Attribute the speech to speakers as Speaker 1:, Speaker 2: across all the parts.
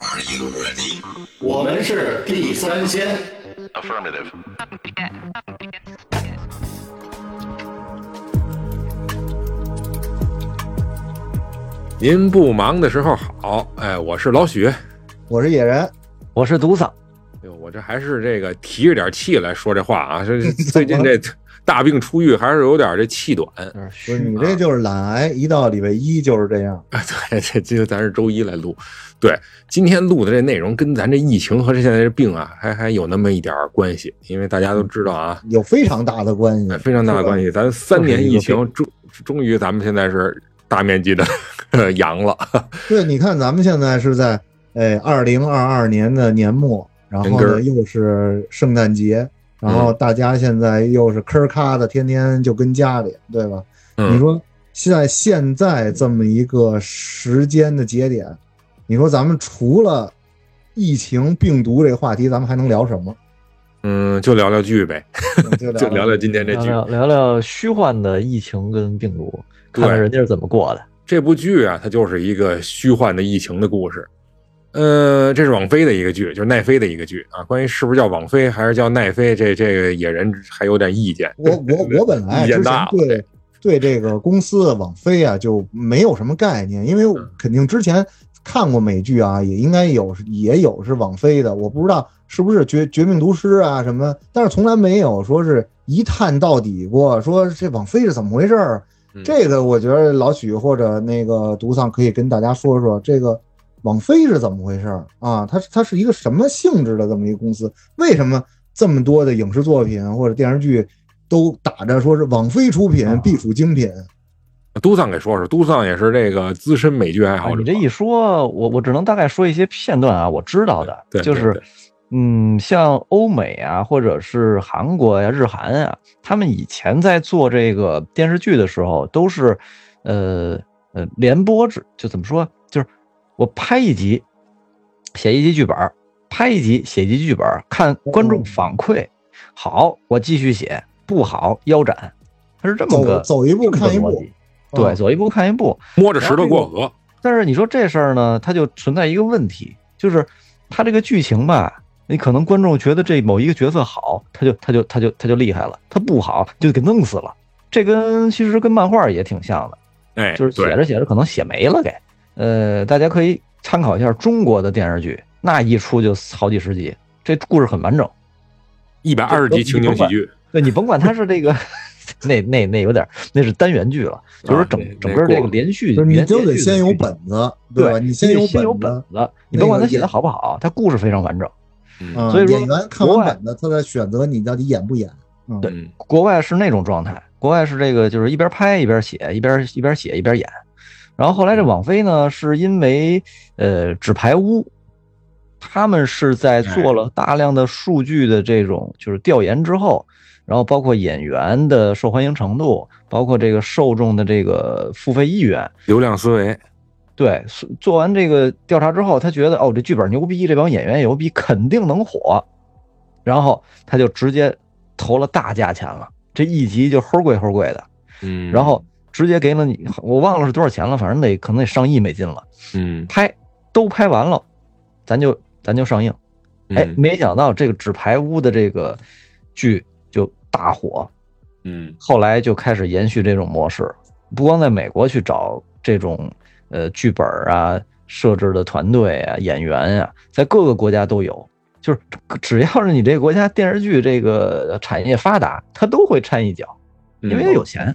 Speaker 1: Are you ready?
Speaker 2: 我们是地三鲜。
Speaker 3: Affirmative.
Speaker 4: 您不忙的时候好，哎，我是老许。哎
Speaker 5: 我是野人，
Speaker 6: 我是独嗓，
Speaker 5: 啊
Speaker 4: 呦，我这还是这个提着点气来说这话啊，这这最近这大病初愈，还是有点这气短。
Speaker 6: 嗯，
Speaker 5: 不是你这就是懒癌，一到礼拜一就是这样。
Speaker 4: 哎对，这今天咱是周一来录，对，今天录的这内容跟咱这疫情和这现在这病啊，还还有那么一点儿关系，因为大家都知道啊，
Speaker 5: 有非常大的关系
Speaker 4: 哎，非常大的关系。咱三年疫情，终终于咱们现在是大面积的阳了，
Speaker 5: 对，你看咱们现在是在哎二零二二年的年末，然后
Speaker 4: 年根
Speaker 5: 呢
Speaker 4: 儿嗯
Speaker 5: 又是圣诞节，然后大家现在又是吭儿咔的，天天就跟家里，对吧？
Speaker 4: 嗯
Speaker 5: 你说现在现在这么一个时间的节点，你说咱们除了疫情病毒这个话题，咱们还能聊 什么？
Speaker 4: 嗯，就聊聊剧呗，
Speaker 5: 就
Speaker 4: 就聊聊今天这
Speaker 6: 聊
Speaker 4: 剧。
Speaker 6: 聊聊聊虚幻的疫情跟病毒，
Speaker 4: 对
Speaker 6: 看看人家是怎么过的。
Speaker 4: 这部剧啊，它就是一个虚幻的疫情的故事。呃，这是网飞的一个剧，就是奈飞的一个剧啊。关于是不是叫网飞还是叫奈飞，这这个野人还有点意见。
Speaker 5: 我我我本来
Speaker 4: 意
Speaker 5: 之
Speaker 4: 见
Speaker 5: 前
Speaker 4: 大了，
Speaker 5: 对对这个公司网飞啊就没有什么概念，因为我肯定之前看过美剧啊，也应该有也有是网飞的，我不知道是不是绝《绝命毒师》啊什么，但是从来没有说是一探到底过，说这网飞是怎么回事儿。
Speaker 4: 嗯
Speaker 5: 这个我觉得老许或者那个独丧可以跟大家说说这个。网飞是怎么回事儿啊？它是它是一个什么性质的这么一个公司？为什么这么多的影视作品或者电视剧都打着说是网飞出
Speaker 6: 啊
Speaker 5: 品必属精品？
Speaker 4: 都桑给说说，都桑也是这个资深美剧爱
Speaker 6: 啊
Speaker 4: 好者。
Speaker 6: 你这一说，我我只能大概说一些片段啊，我知道的，
Speaker 4: 对对
Speaker 6: 就
Speaker 4: 对
Speaker 6: 是，嗯，像欧美啊，或者是韩国呀、日韩啊，他们以前在做这个电视剧的时候，都是，呃呃，联播制，就怎么说，就是我拍一集，写一集剧本儿，拍一集写一集剧本儿，看
Speaker 5: 哦
Speaker 6: 观众反馈，好，我继续写，不好腰斩，它是这么
Speaker 5: 走
Speaker 6: 个
Speaker 5: 走一步
Speaker 6: 这么个
Speaker 5: 看一
Speaker 6: 逻
Speaker 5: 步
Speaker 6: 辑，对，
Speaker 5: 啊
Speaker 6: 走一步看一步。
Speaker 4: 摸着石头过河。
Speaker 6: 但啊是你说这事儿呢，它就存在一个问题，就是它这个剧情吧，你可能观众觉得这某一个角色好，他就他就他就他就厉害了；他不好就给弄死了。这跟其实跟漫画也挺像的，
Speaker 4: 哎，
Speaker 6: 就是写
Speaker 4: 对，
Speaker 6: 着写着可能写没了给。呃，大家可以参考一下中国的电视剧，那一出就好几十集，这故事很完整。
Speaker 4: 一百二十集情景喜剧，
Speaker 6: 对你甭管它是这个， 那那那有点儿那是单元剧了，就是说整
Speaker 4: 那
Speaker 6: 整
Speaker 4: 那
Speaker 6: 个这
Speaker 4: 啊过
Speaker 6: 个
Speaker 4: 了
Speaker 6: 连续，
Speaker 5: 就是你
Speaker 6: 连
Speaker 5: 就
Speaker 6: 连
Speaker 5: 得
Speaker 6: 续的
Speaker 5: 先有
Speaker 6: 剧情
Speaker 5: 本子，对吧？
Speaker 6: 你
Speaker 5: 你先
Speaker 6: 得
Speaker 5: 有
Speaker 6: 先有
Speaker 5: 本子，
Speaker 6: 子，你
Speaker 5: 那
Speaker 6: 甭管
Speaker 5: 个
Speaker 6: 他写
Speaker 5: 也
Speaker 6: 的好不好，他故事非常完整。
Speaker 4: 嗯
Speaker 5: 嗯
Speaker 6: 所以说
Speaker 5: 演员看
Speaker 6: 国
Speaker 5: 完
Speaker 6: 外
Speaker 5: 本子，他再选择你到底演不演。
Speaker 4: 嗯，
Speaker 6: 国外是那种状态，国外是这个就是一边拍一边写，一边一边写一边演。然后后来这网飞呢，是因为呃纸牌屋，他们是
Speaker 5: 哎
Speaker 6: 在做了大量的数据的这种就是调研之后，然后包括演员的受欢迎程度，包括这个受众的这个付费意愿，
Speaker 4: 流量思维，
Speaker 6: 对，所做完这个调查之后，他觉得哦，这剧本牛逼，这帮演员也牛逼，肯定能火，然后他就直接投了大价钱了，这一集就齁贵齁贵的，
Speaker 4: 嗯，
Speaker 6: 然后直接给了你，我忘了是多少钱了，反正得可能得上亿美金了。
Speaker 4: 嗯，
Speaker 6: 拍都拍完了，咱就咱就上映。
Speaker 4: 嗯
Speaker 6: 哎，没想到这个纸牌屋的这个剧就大火，
Speaker 4: 嗯
Speaker 6: 后来就开始延续这种模式，不光在美国去找这种呃剧本啊、设置的团队啊、演员啊，在各个国家都有。就是只要是你这个国家电视剧这个产业发达，它都会掺一脚，
Speaker 4: 嗯，
Speaker 6: 因为它有钱。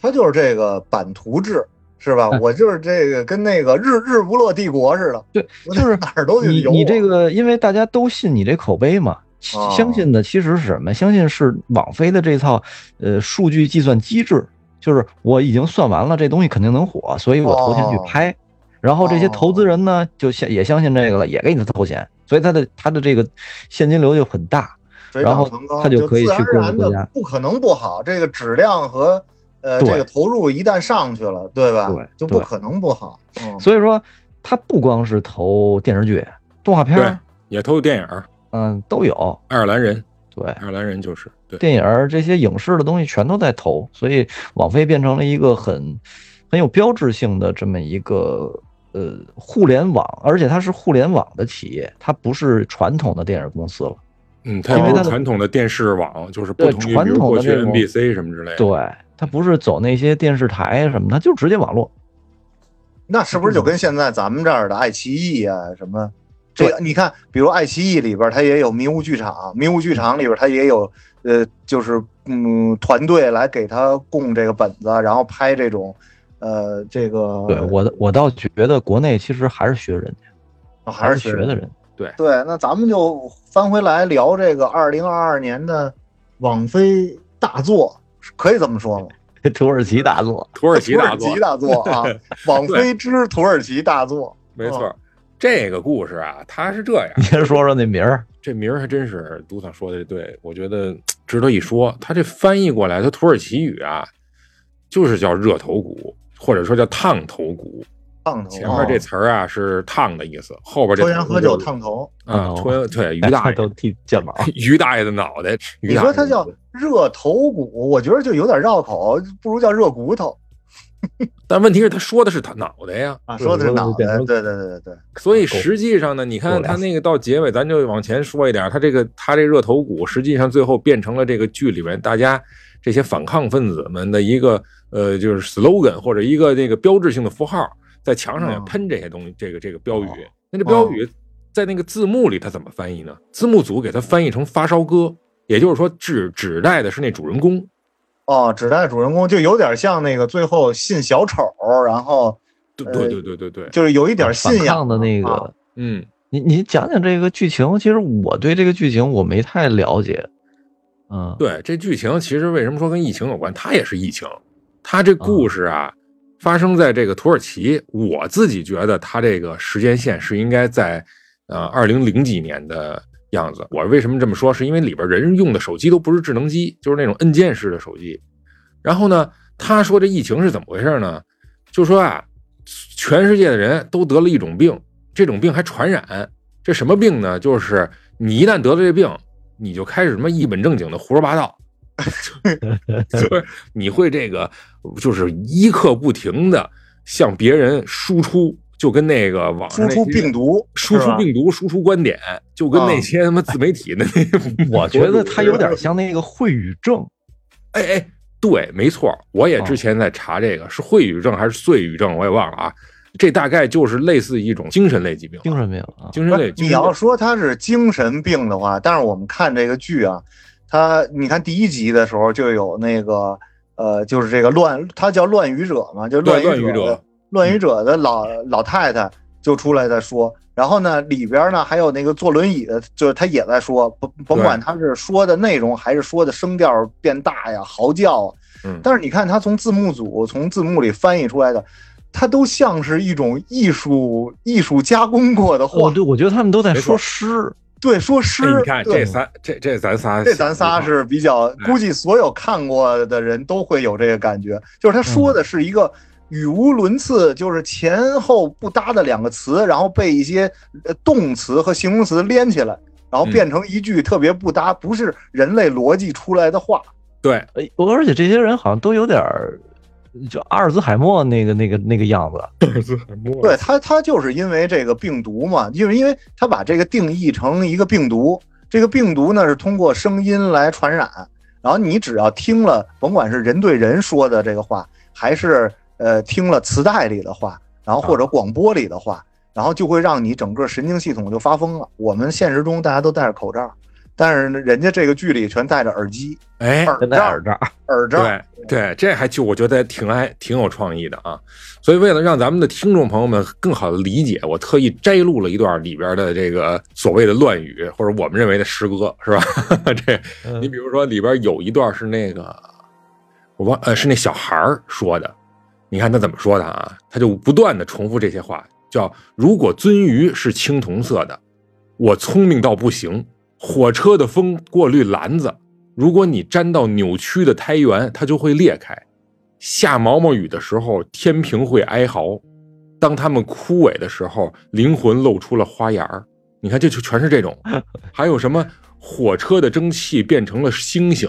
Speaker 5: 他就是这个版图制，是吧？
Speaker 4: 嗯
Speaker 5: 我就是这个跟那个日日不落帝国似的，
Speaker 6: 对，
Speaker 5: 我
Speaker 6: 就是
Speaker 5: 哪儿
Speaker 4: 嗯
Speaker 5: 都啊
Speaker 6: 你你这个，因为大家都信你这口碑嘛，其
Speaker 5: 哦
Speaker 6: 相信的其实是什么？相信是网飞的这套呃数据计算机制，就是我已经算完了，这东西肯定能火，所以我投钱去
Speaker 5: 哦
Speaker 6: 拍。然后这些投资人呢，就相也相信这个了，也给你投钱，所以他的他的这个现金流就很大。
Speaker 5: 水
Speaker 6: 然
Speaker 5: 涨
Speaker 6: 后
Speaker 5: 船高，
Speaker 6: 他就可以
Speaker 5: 自然
Speaker 6: 去
Speaker 5: 而
Speaker 6: 各个
Speaker 5: 然
Speaker 6: 国
Speaker 5: 的
Speaker 6: 家
Speaker 5: 不可能不好。这个质量和呃
Speaker 6: 对
Speaker 5: 这个投入一旦上去了，对吧？
Speaker 6: 对
Speaker 5: 就不
Speaker 6: 对
Speaker 5: 可能不好。嗯，
Speaker 6: 所以说，他不光是投电视剧、动画片
Speaker 4: 对
Speaker 6: 儿，，
Speaker 4: 也投电影儿，
Speaker 6: 嗯，都有。
Speaker 4: 爱尔兰人，
Speaker 6: 对，
Speaker 4: 爱尔兰人就是对，
Speaker 6: 电影儿这些影视的东西全都在投，所以网飞变成了一个很很有标志性的这么一个呃呃互联网，而且它是互联网的企业，它不是传统的电影公司了。
Speaker 4: 嗯，它也
Speaker 6: 因为
Speaker 4: 不
Speaker 6: 它
Speaker 4: 是
Speaker 6: 的
Speaker 4: 传统的电视网，就是不
Speaker 6: 对
Speaker 4: 同于
Speaker 6: 传
Speaker 4: 比如
Speaker 6: 统
Speaker 4: 过
Speaker 6: 的
Speaker 4: 去
Speaker 6: 那种
Speaker 4: NBC 什么之类的。
Speaker 6: 对，它不是走那些电视台什么，它就直接网络。
Speaker 2: 那是不
Speaker 6: 嗯
Speaker 2: 是就跟现在咱们这儿的爱奇艺啊什么？这个你看，比如爱奇艺里边儿它也有迷雾剧场，迷雾剧场里边儿它也有，呃，就是嗯团队来给他供这个本子，啊然后拍这种，呃，这个
Speaker 6: 对我，我倒觉得国内其实还是学人家，
Speaker 2: 啊还
Speaker 6: 是学的人。
Speaker 2: 对。那咱们就翻回来聊这个二零二二年的网飞大作，可以这么说吗？
Speaker 6: 土耳其大作，
Speaker 4: 土耳其
Speaker 2: 土
Speaker 4: 大
Speaker 2: 耳
Speaker 4: 作
Speaker 2: 其，大作 啊，网飞之土耳其大作，
Speaker 4: 没
Speaker 2: 哦
Speaker 4: 错。这个故事啊，它是这样，
Speaker 2: 嗯
Speaker 6: 你先说说那名儿。
Speaker 4: 这名儿还真是独草说的对，我觉得嘖值得一说。它这翻译过来，它土耳其语啊，就是叫热头骨，或者说叫烫头骨。
Speaker 2: 烫头，哦
Speaker 4: 前面这词儿啊是烫的意思，后边这
Speaker 2: 抽烟喝酒烫头。哎
Speaker 4: 啊，抽烟对于大
Speaker 6: 大
Speaker 4: 爷
Speaker 6: 家都剃睫毛，
Speaker 4: 于大爷的脑袋，于
Speaker 2: 你
Speaker 4: 大
Speaker 2: 说
Speaker 4: 爷的
Speaker 2: 它叫
Speaker 4: 脑袋
Speaker 2: 热头骨，我觉得就有点绕口，不如叫热骨头
Speaker 4: 但问题是他说的是他脑袋呀，
Speaker 2: 啊。
Speaker 6: 对
Speaker 2: 说的是
Speaker 6: 我
Speaker 2: 脑
Speaker 6: 我
Speaker 2: 袋，
Speaker 6: 我
Speaker 2: 对对对对对，
Speaker 4: 所以实际上呢，你
Speaker 6: 够
Speaker 4: 看
Speaker 6: 了
Speaker 4: 他那个到结尾，咱就往前说一点，他这个他这热头骨，实际上最后变成了这个剧里面大家这些反抗分子们的一个呃，就是 slogan 或者一个这个标志性的符号，在墙上也
Speaker 2: 嗯
Speaker 4: 喷这些东西，这个这个标语
Speaker 6: 啊哦。
Speaker 4: 那这标语在那个字幕里，它怎么翻译呢？字幕组给它翻译成“发烧歌”，也就是说指指代的是那主人公。
Speaker 2: 哦，指代主人公就有点像那个最后信小丑，然后
Speaker 4: 对
Speaker 2: 呃
Speaker 6: 哎
Speaker 4: 对对对对对，
Speaker 2: 就是有一点
Speaker 6: 反
Speaker 2: 信仰
Speaker 6: 抗的那个。
Speaker 2: 啊
Speaker 4: 嗯，
Speaker 6: 你你讲讲这个剧情，其实我对这个剧情我没太了解。嗯，
Speaker 4: 对，这剧情其实为什么说跟疫情有关？它也是疫情，它这故事啊，发生在这个土耳其。我自己觉得它这个时间线是应该在呃二零零几年的样子。我为什么这么说？是因为里边人用的手机都不是智能机，就是那种按键式的手机。然后呢，他说这疫情是怎么回事呢？就说啊，全世界的人都得了一种病，这种病还传染。这什么病呢？就是你一旦得了这病，你就开始什么一本正经的胡说 八道，就是你会这个就是一刻不停的向别人输出，就跟那个网上
Speaker 2: 输出
Speaker 4: 那些
Speaker 2: 病毒，
Speaker 4: 输
Speaker 2: 是
Speaker 4: 出
Speaker 2: 吧啊
Speaker 4: 病毒、输出观点，就跟那些他妈自媒体的那，
Speaker 6: 我觉得它有点像那个秽语症，
Speaker 4: 哎哎，对，没错，我
Speaker 2: 哦
Speaker 4: 也之前在查这个是秽语症还是碎语症，我也忘了啊。这大概就是类似一种精神类疾病，
Speaker 6: 精神病啊，
Speaker 4: 精神
Speaker 2: 不
Speaker 4: 类
Speaker 2: 是
Speaker 4: 疾
Speaker 2: 你
Speaker 4: 病。
Speaker 2: 要说它是精神病的话，但是我们看这个剧啊，它你看第一集的时候就有那个呃，就是这个乱，它叫乱语者嘛，就
Speaker 4: 对
Speaker 2: 乱
Speaker 4: 乱
Speaker 2: 语
Speaker 4: 语
Speaker 2: 者
Speaker 4: 者哎
Speaker 2: 的，乱
Speaker 4: 嗯
Speaker 2: 语者的老老太太就出来在说，然后呢里边呢还有那个坐轮椅的，就是她也在说，甭甭
Speaker 4: 对
Speaker 2: 管她是说的内容还是说的声调变大呀、嚎叫啊，
Speaker 4: 嗯
Speaker 2: 但是你看她从字幕组从字幕里翻译出来的。它都像是一种艺术艺术加工过的话
Speaker 6: 我，对，我觉得他们都在
Speaker 4: 没错
Speaker 6: 说诗，
Speaker 2: 对，说
Speaker 4: 哦哎
Speaker 2: 诗，
Speaker 4: 你看
Speaker 2: 对
Speaker 4: 这仨，这这咱仨，
Speaker 2: 这咱仨是比较，估计所有看过的人都会有这个感觉，就是他说的是一个语无伦次，就是前后不搭的两个词，然后被一些呃动词和形容词连起来，然后
Speaker 4: 嗯
Speaker 2: 变成一句特别不搭，不是人类逻辑出来的话。
Speaker 4: 对，
Speaker 6: 哎我而且这些人好像都有点儿，就阿尔兹海默那个那个那个样子。
Speaker 2: 对
Speaker 6: 嗯
Speaker 2: 他，他就是因为这个病毒嘛，就是因为他把这个定义成一个病毒，这个病毒呢是通过声音来传染，然后你只要听了，甭管是人对人说的这个话，还是呃听了磁带里的话，然后或
Speaker 6: 啊
Speaker 2: 者广播里的话，然后就会让你整个神经系统就发疯了。我们现实中大家都戴着口罩，但是呢人家这个剧里全戴着耳机、
Speaker 4: 哎，
Speaker 2: 耳
Speaker 6: 跟戴
Speaker 2: 罩
Speaker 6: 耳、罩，
Speaker 2: 耳罩。
Speaker 4: 对对，这还就我觉得挺爱挺有创意的啊。所以为了让咱们的听众朋友们更好的理解，我特意摘录了一段里边的这个所谓的乱语，或者我们认为的诗歌，是吧？ 这
Speaker 6: 嗯
Speaker 4: 你比如说里边有一段是那个我忘呃是那小孩儿说的，你看他怎么说的啊？他就不断的重复这些话，叫如果鳟鱼是青铜色的，我聪明到不行。火车的风过滤篮子，如果你沾到扭曲的胎源，它就会裂开。下毛毛雨的时候，天平会哀嚎；当它们枯萎的时候，灵魂露出了花芽儿。你看，这就全是这种。还有什么？火车的蒸汽变成了星星。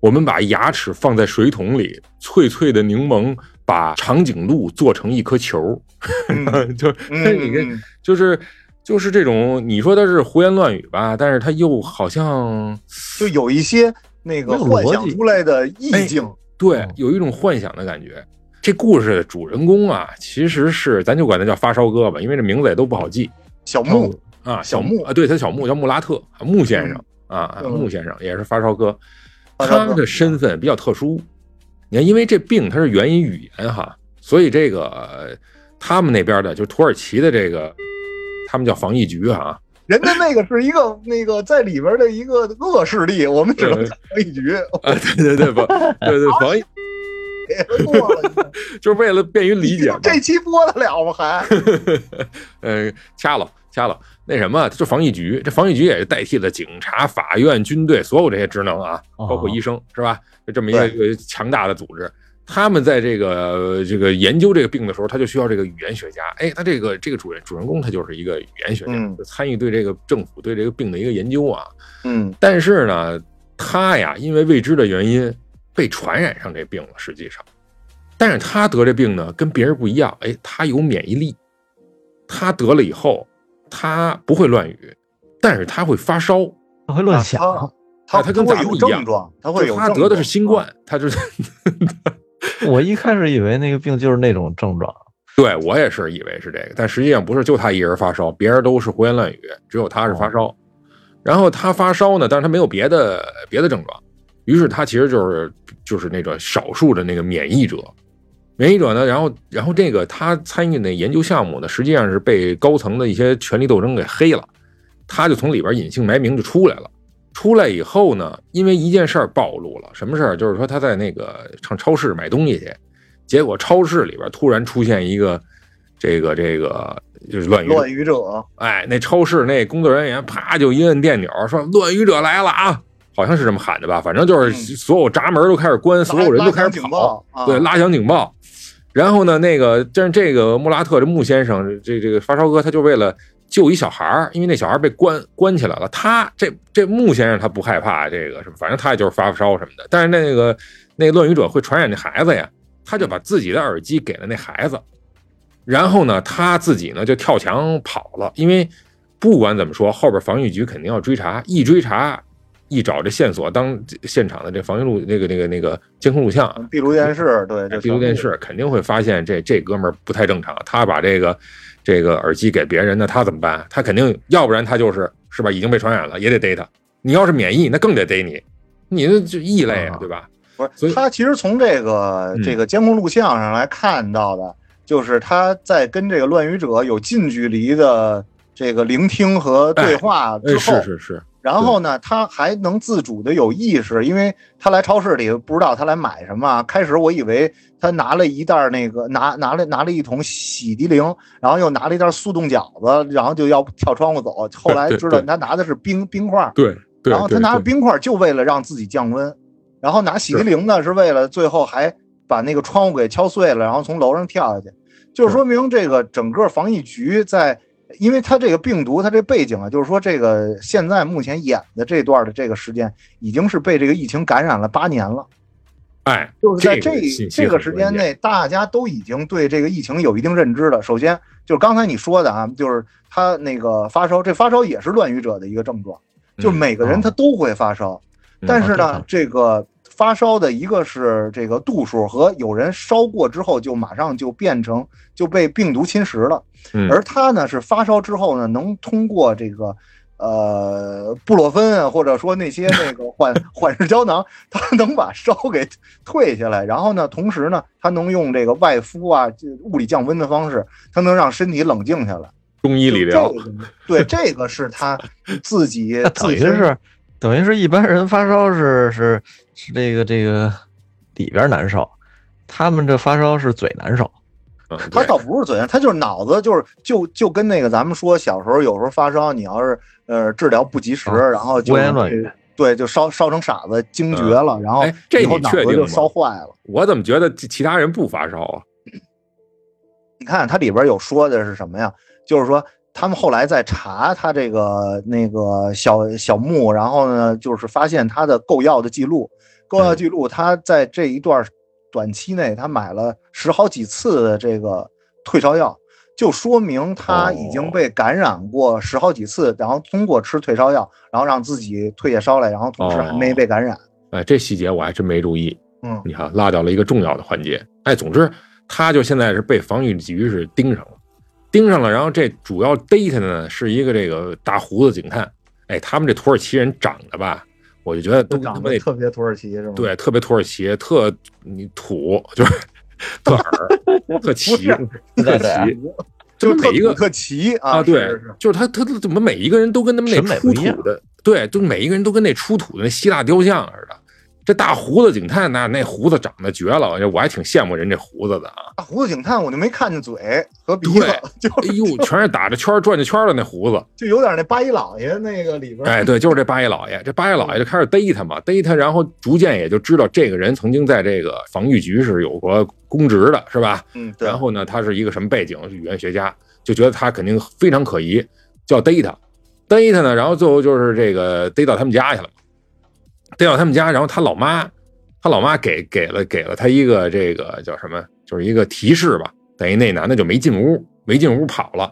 Speaker 4: 我们把牙齿放在水桶里，脆脆的柠檬把长颈鹿做成一颗球，
Speaker 2: 嗯
Speaker 4: 就
Speaker 2: 嗯，
Speaker 4: 你跟
Speaker 2: 嗯
Speaker 4: 就是就是这种，你说它是胡言乱语吧，但是它又好像
Speaker 2: 就有一些那个
Speaker 6: 那个
Speaker 2: 幻
Speaker 6: 逻
Speaker 2: 想
Speaker 6: 辑哎
Speaker 2: 出来的意境，
Speaker 4: 对
Speaker 2: 哦
Speaker 6: 嗯
Speaker 4: 有一种幻想的感觉。这故事的主人公啊，其实是咱就管他叫发烧哥吧，因为这名字也都不好记
Speaker 2: 小木，
Speaker 4: 啊。
Speaker 2: 小
Speaker 4: 木
Speaker 2: 穆
Speaker 4: 啊，对他小穆叫穆拉特，啊穆先生啊，
Speaker 2: 嗯
Speaker 4: 穆先生也是发烧哥。
Speaker 2: 发烧
Speaker 4: 他
Speaker 2: 哥
Speaker 4: 的身份比较特殊，你看，因为这病它是源于语言哈，所以这个呃他们那边的，就土耳其的这个，他们叫防疫局 哈，
Speaker 2: 人家那个是一个那个在里边的一个恶势力，我们只能
Speaker 4: 对
Speaker 2: 讲一局，
Speaker 4: 啊，对对对，不，对对防疫，
Speaker 2: 别过了，
Speaker 4: 就是为了便于 理解嘛。
Speaker 2: 这期播得了吗？ 还
Speaker 4: 呃，掐了掐了，那什么，就防疫局，这防疫局也是代替了警察、法院、军队所有这些职能啊，
Speaker 6: 哦
Speaker 4: 包
Speaker 2: 哦
Speaker 4: 括医生是吧？就这么一个呃强大的组织，他们在这个这个研究这个病的时候，他就需要这个语言学家。哎，他这个这个主人主人公他就是一个语言学家，
Speaker 2: 嗯
Speaker 4: 就参与对这个政府对这个病的一个研究啊。
Speaker 2: 嗯，
Speaker 4: 但是呢，他呀，因为未知的原因被传染上这病了，实际上，但是他得这病呢，跟别人不一样，哎，他有免疫力，他得了以后，他不会乱语，但是他会发烧，
Speaker 6: 他会乱想，
Speaker 2: 啊他
Speaker 4: 哎他跟
Speaker 2: 会
Speaker 4: 咱们
Speaker 2: 有
Speaker 4: 一样
Speaker 2: 症状，他会有
Speaker 4: 就他
Speaker 2: 症
Speaker 4: 得
Speaker 2: 状啊
Speaker 4: 的是新，冠，他就是。
Speaker 6: 我一开始以为那个病就是那种症状，
Speaker 4: 对我也是以为是这个，但实际上不是，就他一人发烧，别人都是胡言乱语，只有他是发烧。然后他发烧呢，但是他没有别的别的症状，于是他其实就是就是那个少数的那个免疫者，免疫者呢，然后然后这个他参与那研究项目呢，实际上是被高层的一些权力斗争给黑了，他就从里边隐姓埋名就出来了。出来以后呢，因为一件事儿暴露了，什么事儿？就是说他在那个上超市买东西去，结果超市里边突然出现一个这个这个就是乱语者
Speaker 2: 乱语者，
Speaker 4: 哎，那超市那工作人员啪就一摁电钮，说“乱语者来了啊”，好像是这么喊的吧？反正就是
Speaker 2: 嗯
Speaker 4: 所有闸门都开始关， 所有人都开始
Speaker 2: 警
Speaker 4: 跑，
Speaker 2: 报，啊
Speaker 4: 对，拉响警报。然后呢，那个但是这个穆拉特这穆先生，这这个发烧哥，他就为了救一小孩儿，因为那小孩儿被关关起来了。他这这穆先生他不害怕这个什么，反正他也就是发发烧什么的。但是那个那乱语者会传染那孩子呀，他就把自己的耳机给了那孩子，然后呢，他自己呢就跳墙跑了，因为不管怎么说，后边防疫局肯定要追查，一追查，一找这线索，当现场的这防疫录那个那个那个监控录像，啊
Speaker 2: 嗯闭路电视，对，就
Speaker 4: 闭路电视肯定会发现这这哥们儿不太正常，他把这个这个耳机给别人，那他怎么办？他肯定要不然他就是是吧，已经被传染了，也得逮他。你要是免疫，那更得逮你，你这就异类啊
Speaker 6: 啊，
Speaker 4: 对吧？
Speaker 2: 不
Speaker 4: 所
Speaker 2: 是，
Speaker 4: 以
Speaker 2: 他其实从这个
Speaker 4: 嗯
Speaker 2: 这个监控录像上来看到的，就是他在跟这个乱语者有近距离的这个聆听和对话
Speaker 4: 哎，
Speaker 2: 之后，
Speaker 4: 是是是，
Speaker 2: 然后呢，他还能自主的有意识，因为他来超市里不知道他来买什么啊。开始我以为他拿了一袋儿那个拿拿了拿了一桶洗涤灵，然后又拿了一袋速冻饺子，然后就要跳窗户走。后来
Speaker 4: 对对
Speaker 2: 知道
Speaker 4: 对
Speaker 2: 他拿的是冰冰块儿，
Speaker 4: 对对。
Speaker 2: 然后他
Speaker 4: 对
Speaker 2: 拿着
Speaker 4: 对
Speaker 2: 冰块儿就为了让自己降温，然后拿洗涤灵呢是为了最后还把那个窗户给敲碎了，然后从楼上跳下去，就是说明这个整个防疫局在，因为他这个病毒，他这背景啊，就是说这个现在目前演的这段的这个时间已经是被这个疫情感染了八年了。
Speaker 4: 哎，
Speaker 2: 就是在这
Speaker 4: 个信息
Speaker 2: 这个
Speaker 4: 很
Speaker 2: 时
Speaker 4: 关
Speaker 2: 间
Speaker 4: 键，
Speaker 2: 内，大家都已经对这个疫情有一定认知了。首先就是刚才你说的啊，就是他那个发烧，这发烧也是乱语者的一个症状，就是
Speaker 4: 嗯
Speaker 2: 每个人他都会发烧，
Speaker 4: 嗯
Speaker 2: 但是
Speaker 6: 啊
Speaker 2: 呢，这个发烧的一个是这个度数和有人烧过之后就马上就变成就被病毒侵蚀了，
Speaker 4: 嗯
Speaker 2: 而他呢是发烧之后呢，能通过这个。呃，布洛芬啊，或者说那些那 个缓缓释胶囊，它能把烧给退下来。然后呢，同时呢，它能用这个外敷啊、这物理降温的方式，它能让身体冷静下来。
Speaker 4: 中医理疗
Speaker 2: 就，这个对，这个是他自 己
Speaker 6: 等
Speaker 2: 自
Speaker 6: 于
Speaker 2: 身
Speaker 6: 是等于是一般人发烧是是是这个这个里边难受，他们这发烧是嘴难受，
Speaker 4: 嗯
Speaker 2: 他
Speaker 4: 对
Speaker 2: 倒不是嘴馋，他就是脑子就是就就跟那个咱们说小时候有时候发烧，你要是呃治疗不及时，
Speaker 6: 啊
Speaker 2: 然后就
Speaker 6: 胡言乱语
Speaker 2: 对，就烧烧成傻子惊厥了，然后
Speaker 4: 哎这
Speaker 2: 以后
Speaker 4: 你
Speaker 2: 脑
Speaker 4: 确
Speaker 2: 子
Speaker 4: 定
Speaker 2: 就
Speaker 4: 吗
Speaker 2: 烧坏了。
Speaker 4: 我怎么觉得其其他人不发烧啊？
Speaker 2: 你看它里边有说的是什么呀？就是说他们后来在查他这个那个小小木，
Speaker 4: 嗯
Speaker 2: 然后呢，就是发现他的购药的记录，购药记录他在这一段短期内他买了十好几次的这个退烧药，就说明他已
Speaker 4: 哦
Speaker 2: 经被感染过十好几次，然后通过吃退烧药，然后让自己退下烧来，然后同时还没被感染。
Speaker 4: 哎，这细节我还真没注意。
Speaker 2: 嗯
Speaker 4: 你看落掉了一个重要的环节。哎，总之他就现在是被防御局是盯上了，盯上了。然后这主要逮他的呢是一个这个大胡子警探。哎，他们这土耳其人长得吧，我就觉得都
Speaker 2: 就
Speaker 4: 他
Speaker 2: 长
Speaker 4: 妈
Speaker 2: 得
Speaker 4: 那
Speaker 2: 特别土耳其是吗？，
Speaker 4: 对特别土耳其，特你土就是 特 耳特奇特
Speaker 6: 对对啊
Speaker 4: 奇，
Speaker 2: 就是
Speaker 4: 每
Speaker 2: 特
Speaker 4: 一个
Speaker 2: 土特奇啊
Speaker 4: 啊，对，
Speaker 2: 是是
Speaker 4: 就是他，他他怎么每一个人都跟他们那
Speaker 6: 审美
Speaker 4: 出
Speaker 6: 不一样
Speaker 4: 土的，对，就每一个人都跟那出土的那希腊雕像似的。这大胡子警探那那胡子长得绝了，哎我我还挺羡慕人这胡子的啊。
Speaker 2: 大胡子警探，我就没看见嘴和鼻子
Speaker 4: 对，
Speaker 2: 就
Speaker 4: 哎呦，全是打着圈儿转着圈儿的那胡子。
Speaker 2: 就有点那八一老爷那个里边儿，
Speaker 4: 哎，对，就是这八爷老爷，这八爷老爷就开始逮他嘛，逮他，然后逐渐也就知道这个人曾经在这个防御局是有过公职的，是吧？
Speaker 2: 嗯，对
Speaker 4: 然，后呢，他是一个什么背景？是语言学家，就觉得他肯定非常可疑，就要逮他。逮他呢，然后最后就是这个逮到他们家去了，逮到他们家，然后他老妈，他老妈给给了给了他一个这个叫什么，就是一个提示吧，等于那男的就没进屋，没进屋跑了。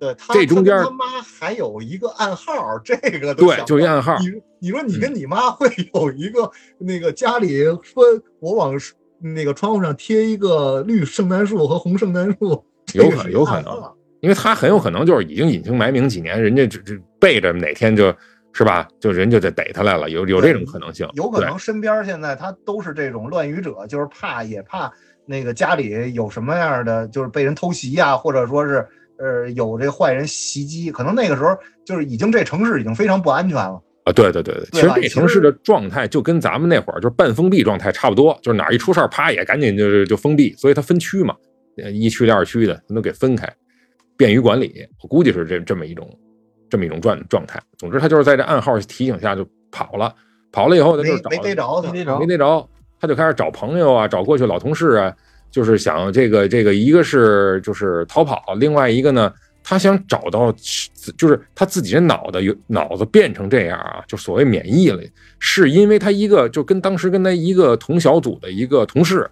Speaker 2: 对他
Speaker 4: 这中间
Speaker 2: 他跟他妈还有一个暗号，这个都
Speaker 4: 对
Speaker 2: 想，不
Speaker 4: 就一
Speaker 2: 到
Speaker 4: 暗号。
Speaker 2: 你你说你跟你妈会 有一个那个家里说，我往那个窗户上贴一个绿圣诞树和红圣诞树，
Speaker 4: 有
Speaker 2: 这个
Speaker 4: 可
Speaker 2: 是
Speaker 4: 有可能
Speaker 2: 暗号
Speaker 4: 因为他很有可能就是已经隐姓埋名几年，人家这这背着哪天就是吧，就人就得逮他来了，有有这种可能性，
Speaker 2: 有可
Speaker 4: 对
Speaker 2: 能身边现在他都是这种乱语者，就是怕也怕那个家里有什么样的，就是被人偷袭呀、或者说是呃有这坏人袭击，可能那个时候就是已经这城市已经非常不安全了。
Speaker 4: 啊，对对对对，其
Speaker 2: 对
Speaker 4: 实
Speaker 2: 吧
Speaker 4: 这
Speaker 2: 其
Speaker 4: 城市
Speaker 2: 实
Speaker 4: 的状态就跟咱们那会儿就是半封闭状态差不多，就是哪儿一出事儿，啪也赶紧就是就封闭，所以它分区嘛，呃一区的、二区的，它都给分开，便于管理。我估计是这这么一种这么一种状状态。总之，他就是在这暗号提醒下就跑了，跑了以后他
Speaker 2: 没
Speaker 4: 就找
Speaker 2: 没逮着他，
Speaker 6: 没逮着
Speaker 4: 没逮着，他就开始找朋友啊，找过去老同事啊，就是想这个这个，一个是就是逃跑，另外一个呢，他想找到就是他自己的脑袋有脑子变成这样啊，就所谓免疫了，是因为他一个就跟当时跟他一个同小组的一个同事。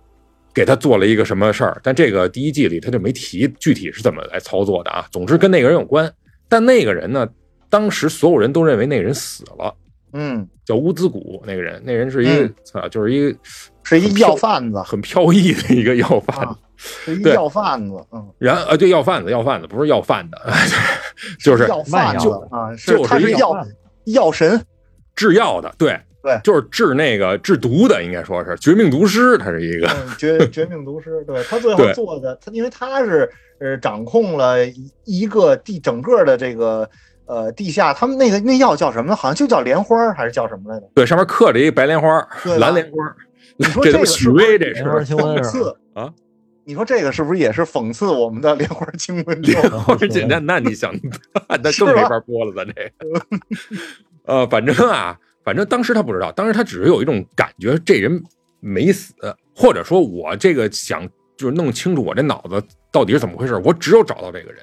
Speaker 4: 给他做了一个什么事儿，但这个第一季里他就没提具体是怎么来操作的啊。总之跟那个人有关，但那个人呢，当时所有人都认为那个人死了，
Speaker 2: 嗯，
Speaker 4: 叫乌兹古那个人，那人是一个
Speaker 2: 嗯
Speaker 4: 啊、就是一个
Speaker 2: 是一
Speaker 4: 很
Speaker 2: 要
Speaker 4: 飘
Speaker 2: 贩子，
Speaker 4: 很飘逸的一个要贩子
Speaker 2: 啊，是一
Speaker 4: 对
Speaker 2: 要贩子，嗯，
Speaker 4: 然啊，对，要贩子，要贩子不是要饭的， 就是
Speaker 2: 要贩子
Speaker 6: 就
Speaker 2: 啊，是
Speaker 4: 就是
Speaker 2: 他
Speaker 4: 一
Speaker 2: 是
Speaker 4: 要
Speaker 2: 药
Speaker 6: 贩
Speaker 2: 药神，
Speaker 4: 制药的，对
Speaker 2: 对
Speaker 4: 就是制那个制毒的，应该说是绝命毒师，他是一个，
Speaker 2: 嗯，绝 绝命毒师，对他最
Speaker 4: 对
Speaker 2: 后做的，他因为他是呃掌控了一一个地整个的这个呃地下，他们那个那药叫什么呢？好像就叫莲花儿还是叫什么来着？
Speaker 4: 对，上面刻着一白莲花，
Speaker 2: 对吧
Speaker 4: 蓝莲花，
Speaker 2: 你说
Speaker 4: 这
Speaker 2: 这
Speaker 4: 都
Speaker 2: 个
Speaker 4: 许
Speaker 2: 是不
Speaker 4: 巍
Speaker 2: 是
Speaker 4: 这
Speaker 6: 莲花
Speaker 4: 是
Speaker 6: 清瘟
Speaker 2: 讽
Speaker 6: 是吧？
Speaker 2: 刺
Speaker 4: 啊？
Speaker 2: 你说这个是不是也是讽刺我们的莲花清瘟
Speaker 4: 莲
Speaker 2: 咒？
Speaker 4: 花简单，那你想，那
Speaker 2: 是
Speaker 4: 更
Speaker 2: 吧
Speaker 4: 没法播了，咱这个，呃，反正啊，反正当时他不知道，当时他只是有一种感觉，这人没死，或者说我这个想就是弄清楚我这脑子到底是怎么回事，我只有找到这个人。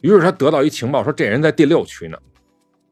Speaker 4: 于是他得到一情报，说这人在第六区呢，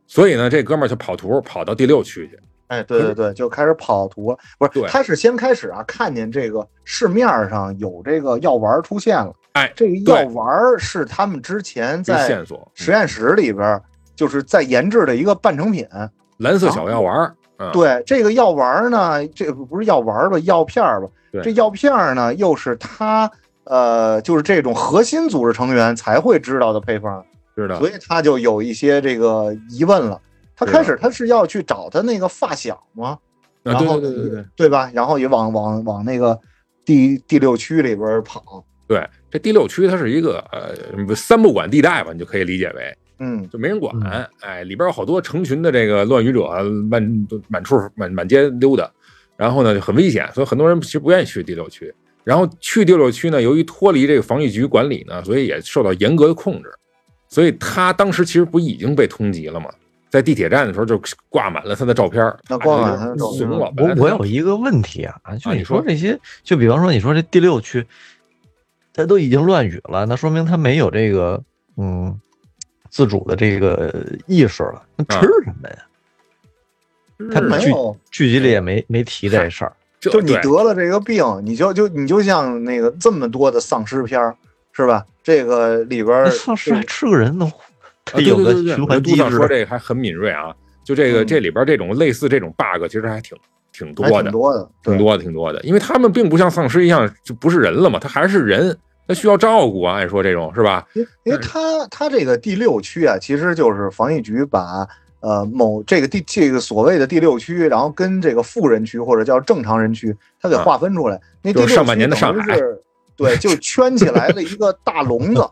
Speaker 4: 所以呢，这哥们儿就跑图跑到第六区去，
Speaker 2: 哎，对对对，就开始跑图，不
Speaker 4: 对
Speaker 2: 是，他是先开始啊，看见这个市面上有这个药丸儿出现了，
Speaker 4: 哎，
Speaker 2: 这个
Speaker 4: 对
Speaker 2: 药丸儿是他们之前
Speaker 4: 这
Speaker 2: 在
Speaker 4: 线索，
Speaker 2: 实验室里边儿就是在研制的一个半成品。
Speaker 4: 啊蓝色小药丸儿，嗯，
Speaker 2: 对这个药丸儿呢，这不是药丸儿吧，药片儿吧
Speaker 4: 对？
Speaker 2: 这药片儿呢，又是他呃，就是这种核心组织成员才会知道的配方，
Speaker 4: 知道
Speaker 2: 所以他就有一些这个疑问了。他开始他是要去找他那个发小吗？
Speaker 4: 啊，
Speaker 2: 然
Speaker 4: 对
Speaker 2: 后
Speaker 4: 对对对对。
Speaker 2: 对吧？然后也往往往那个第第六区里边儿跑。
Speaker 4: 对，这第六区它是一个呃三不管地带吧，你就可以理解为
Speaker 2: 嗯，
Speaker 4: 就没人管
Speaker 6: 嗯，
Speaker 4: 哎，里边有好多成群的这个乱语者啊满满处满满街溜达，然后呢就很危险，所以很多人其实不愿意去第六区。然后去第六区呢，由于脱离这个防疫局管理呢，所以也受到严格的控制。所以他当时其实不已经被通缉了吗？在地铁站的时候就挂满了他的照片儿，
Speaker 2: 那挂满他的照片
Speaker 4: 怂了。本
Speaker 6: 嗯我
Speaker 4: 来他
Speaker 6: 我有一个问题啊，就
Speaker 4: 啊你
Speaker 6: 你说
Speaker 4: 说
Speaker 6: 这些，就比方说你说这第六区，他都已经乱语了，那说明他没有这个嗯自主的这个意识
Speaker 4: 啊
Speaker 6: 了。那吃什么呀？他
Speaker 4: 是
Speaker 2: 没
Speaker 6: 剧
Speaker 2: 有
Speaker 6: 剧集里也没没提这事儿，
Speaker 4: 这
Speaker 2: 就你
Speaker 4: 对
Speaker 2: 得了这个病，你就就你就像那个这么多的丧尸片儿，是吧？这个里边
Speaker 6: 那
Speaker 2: 儿
Speaker 6: 丧尸还吃个人呢，
Speaker 4: 啊，
Speaker 6: 它
Speaker 4: 对
Speaker 6: 有
Speaker 4: 对
Speaker 6: 个
Speaker 4: 对对，
Speaker 6: 循
Speaker 4: 我觉得
Speaker 6: 环
Speaker 4: 杜
Speaker 6: 机
Speaker 4: 尚
Speaker 6: 制
Speaker 4: 说。这个还很敏锐啊，就这个
Speaker 2: 嗯
Speaker 4: 这里边这种类似这种 bug 其实还挺挺
Speaker 2: 还
Speaker 4: 多
Speaker 2: 挺
Speaker 4: 的，
Speaker 2: 多的，
Speaker 4: 挺
Speaker 2: 对
Speaker 4: 多的，挺多的，因为他们并不像丧尸一样就不是人了嘛，他还是人，他需要照顾啊，按说这种是吧？
Speaker 2: 因为因为它它这个第六区啊，其实就是防疫局把呃某这个第这个所谓的第六区，然后跟这个富人区或者叫正常人区，它给
Speaker 4: 啊
Speaker 2: 划分出来。那第
Speaker 4: 就是
Speaker 2: 六
Speaker 4: 上半年的
Speaker 2: 区等于
Speaker 4: 上海
Speaker 2: 是，对，就圈起来了一个大笼 子。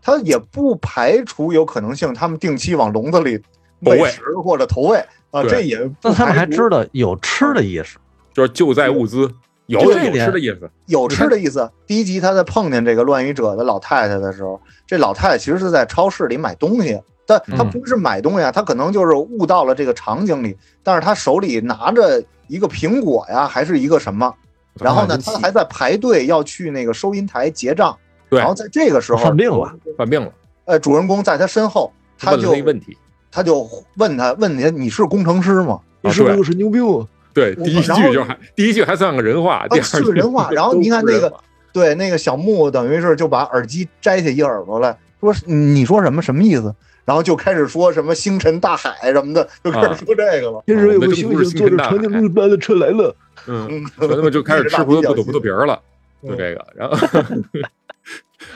Speaker 2: 它也不排除有可能性，他们定期往笼子里
Speaker 4: 投喂
Speaker 2: 喂食或者投喂啊，
Speaker 4: 对
Speaker 2: 这也不
Speaker 6: 那他们
Speaker 2: 排
Speaker 6: 还
Speaker 2: 除
Speaker 6: 知道有吃的 意识，
Speaker 4: 就是救灾物资，有
Speaker 6: 对
Speaker 4: 有
Speaker 6: 这
Speaker 4: 吃的
Speaker 6: 点
Speaker 4: 意思，
Speaker 2: 有
Speaker 4: 你
Speaker 2: 吃
Speaker 4: 看
Speaker 2: 的意思。第一集他在碰见这个乱语者的老太太的时候，这老太太其实是在超市里买东西，但她
Speaker 6: 嗯
Speaker 2: 不是买东西啊，她可能就是悟到了这个场景里，但是她手里拿着一个苹果呀，还是一个什么？然后呢，
Speaker 4: 真
Speaker 2: 她
Speaker 4: 气
Speaker 2: 还在排队要去那个收银台结账。
Speaker 4: 对
Speaker 2: 然后在这个时候
Speaker 6: 犯，病了，
Speaker 4: 犯病了，
Speaker 2: 呃，主人公在她身后，他
Speaker 4: 问了
Speaker 2: 就
Speaker 4: 一问题，
Speaker 2: 他就问他问你，你是工程师吗？
Speaker 4: 啊对
Speaker 6: 神经病？
Speaker 4: 对，
Speaker 2: 我
Speaker 4: 第一
Speaker 2: 然后
Speaker 4: 句就还第一句还算个人话，第二
Speaker 2: 是
Speaker 4: 句
Speaker 2: 人 话然后
Speaker 4: 都
Speaker 2: 你看
Speaker 4: 不是
Speaker 2: 那
Speaker 4: 人
Speaker 2: 个
Speaker 4: 话
Speaker 2: 对，那个小木等于是就把耳机摘下一耳朵来，说是嗯你说什么什么意思？然后就开始说什么星辰大海什么的，就
Speaker 4: 啊
Speaker 2: 开始说这个了。
Speaker 6: 天
Speaker 4: 上有个猩猩坐着长颈鹿
Speaker 6: 般的车来了，
Speaker 4: 嗯，
Speaker 2: 嗯，
Speaker 4: 全他妈就开始吃葡萄不吐葡萄皮儿了，
Speaker 2: 嗯
Speaker 4: 就这个，然后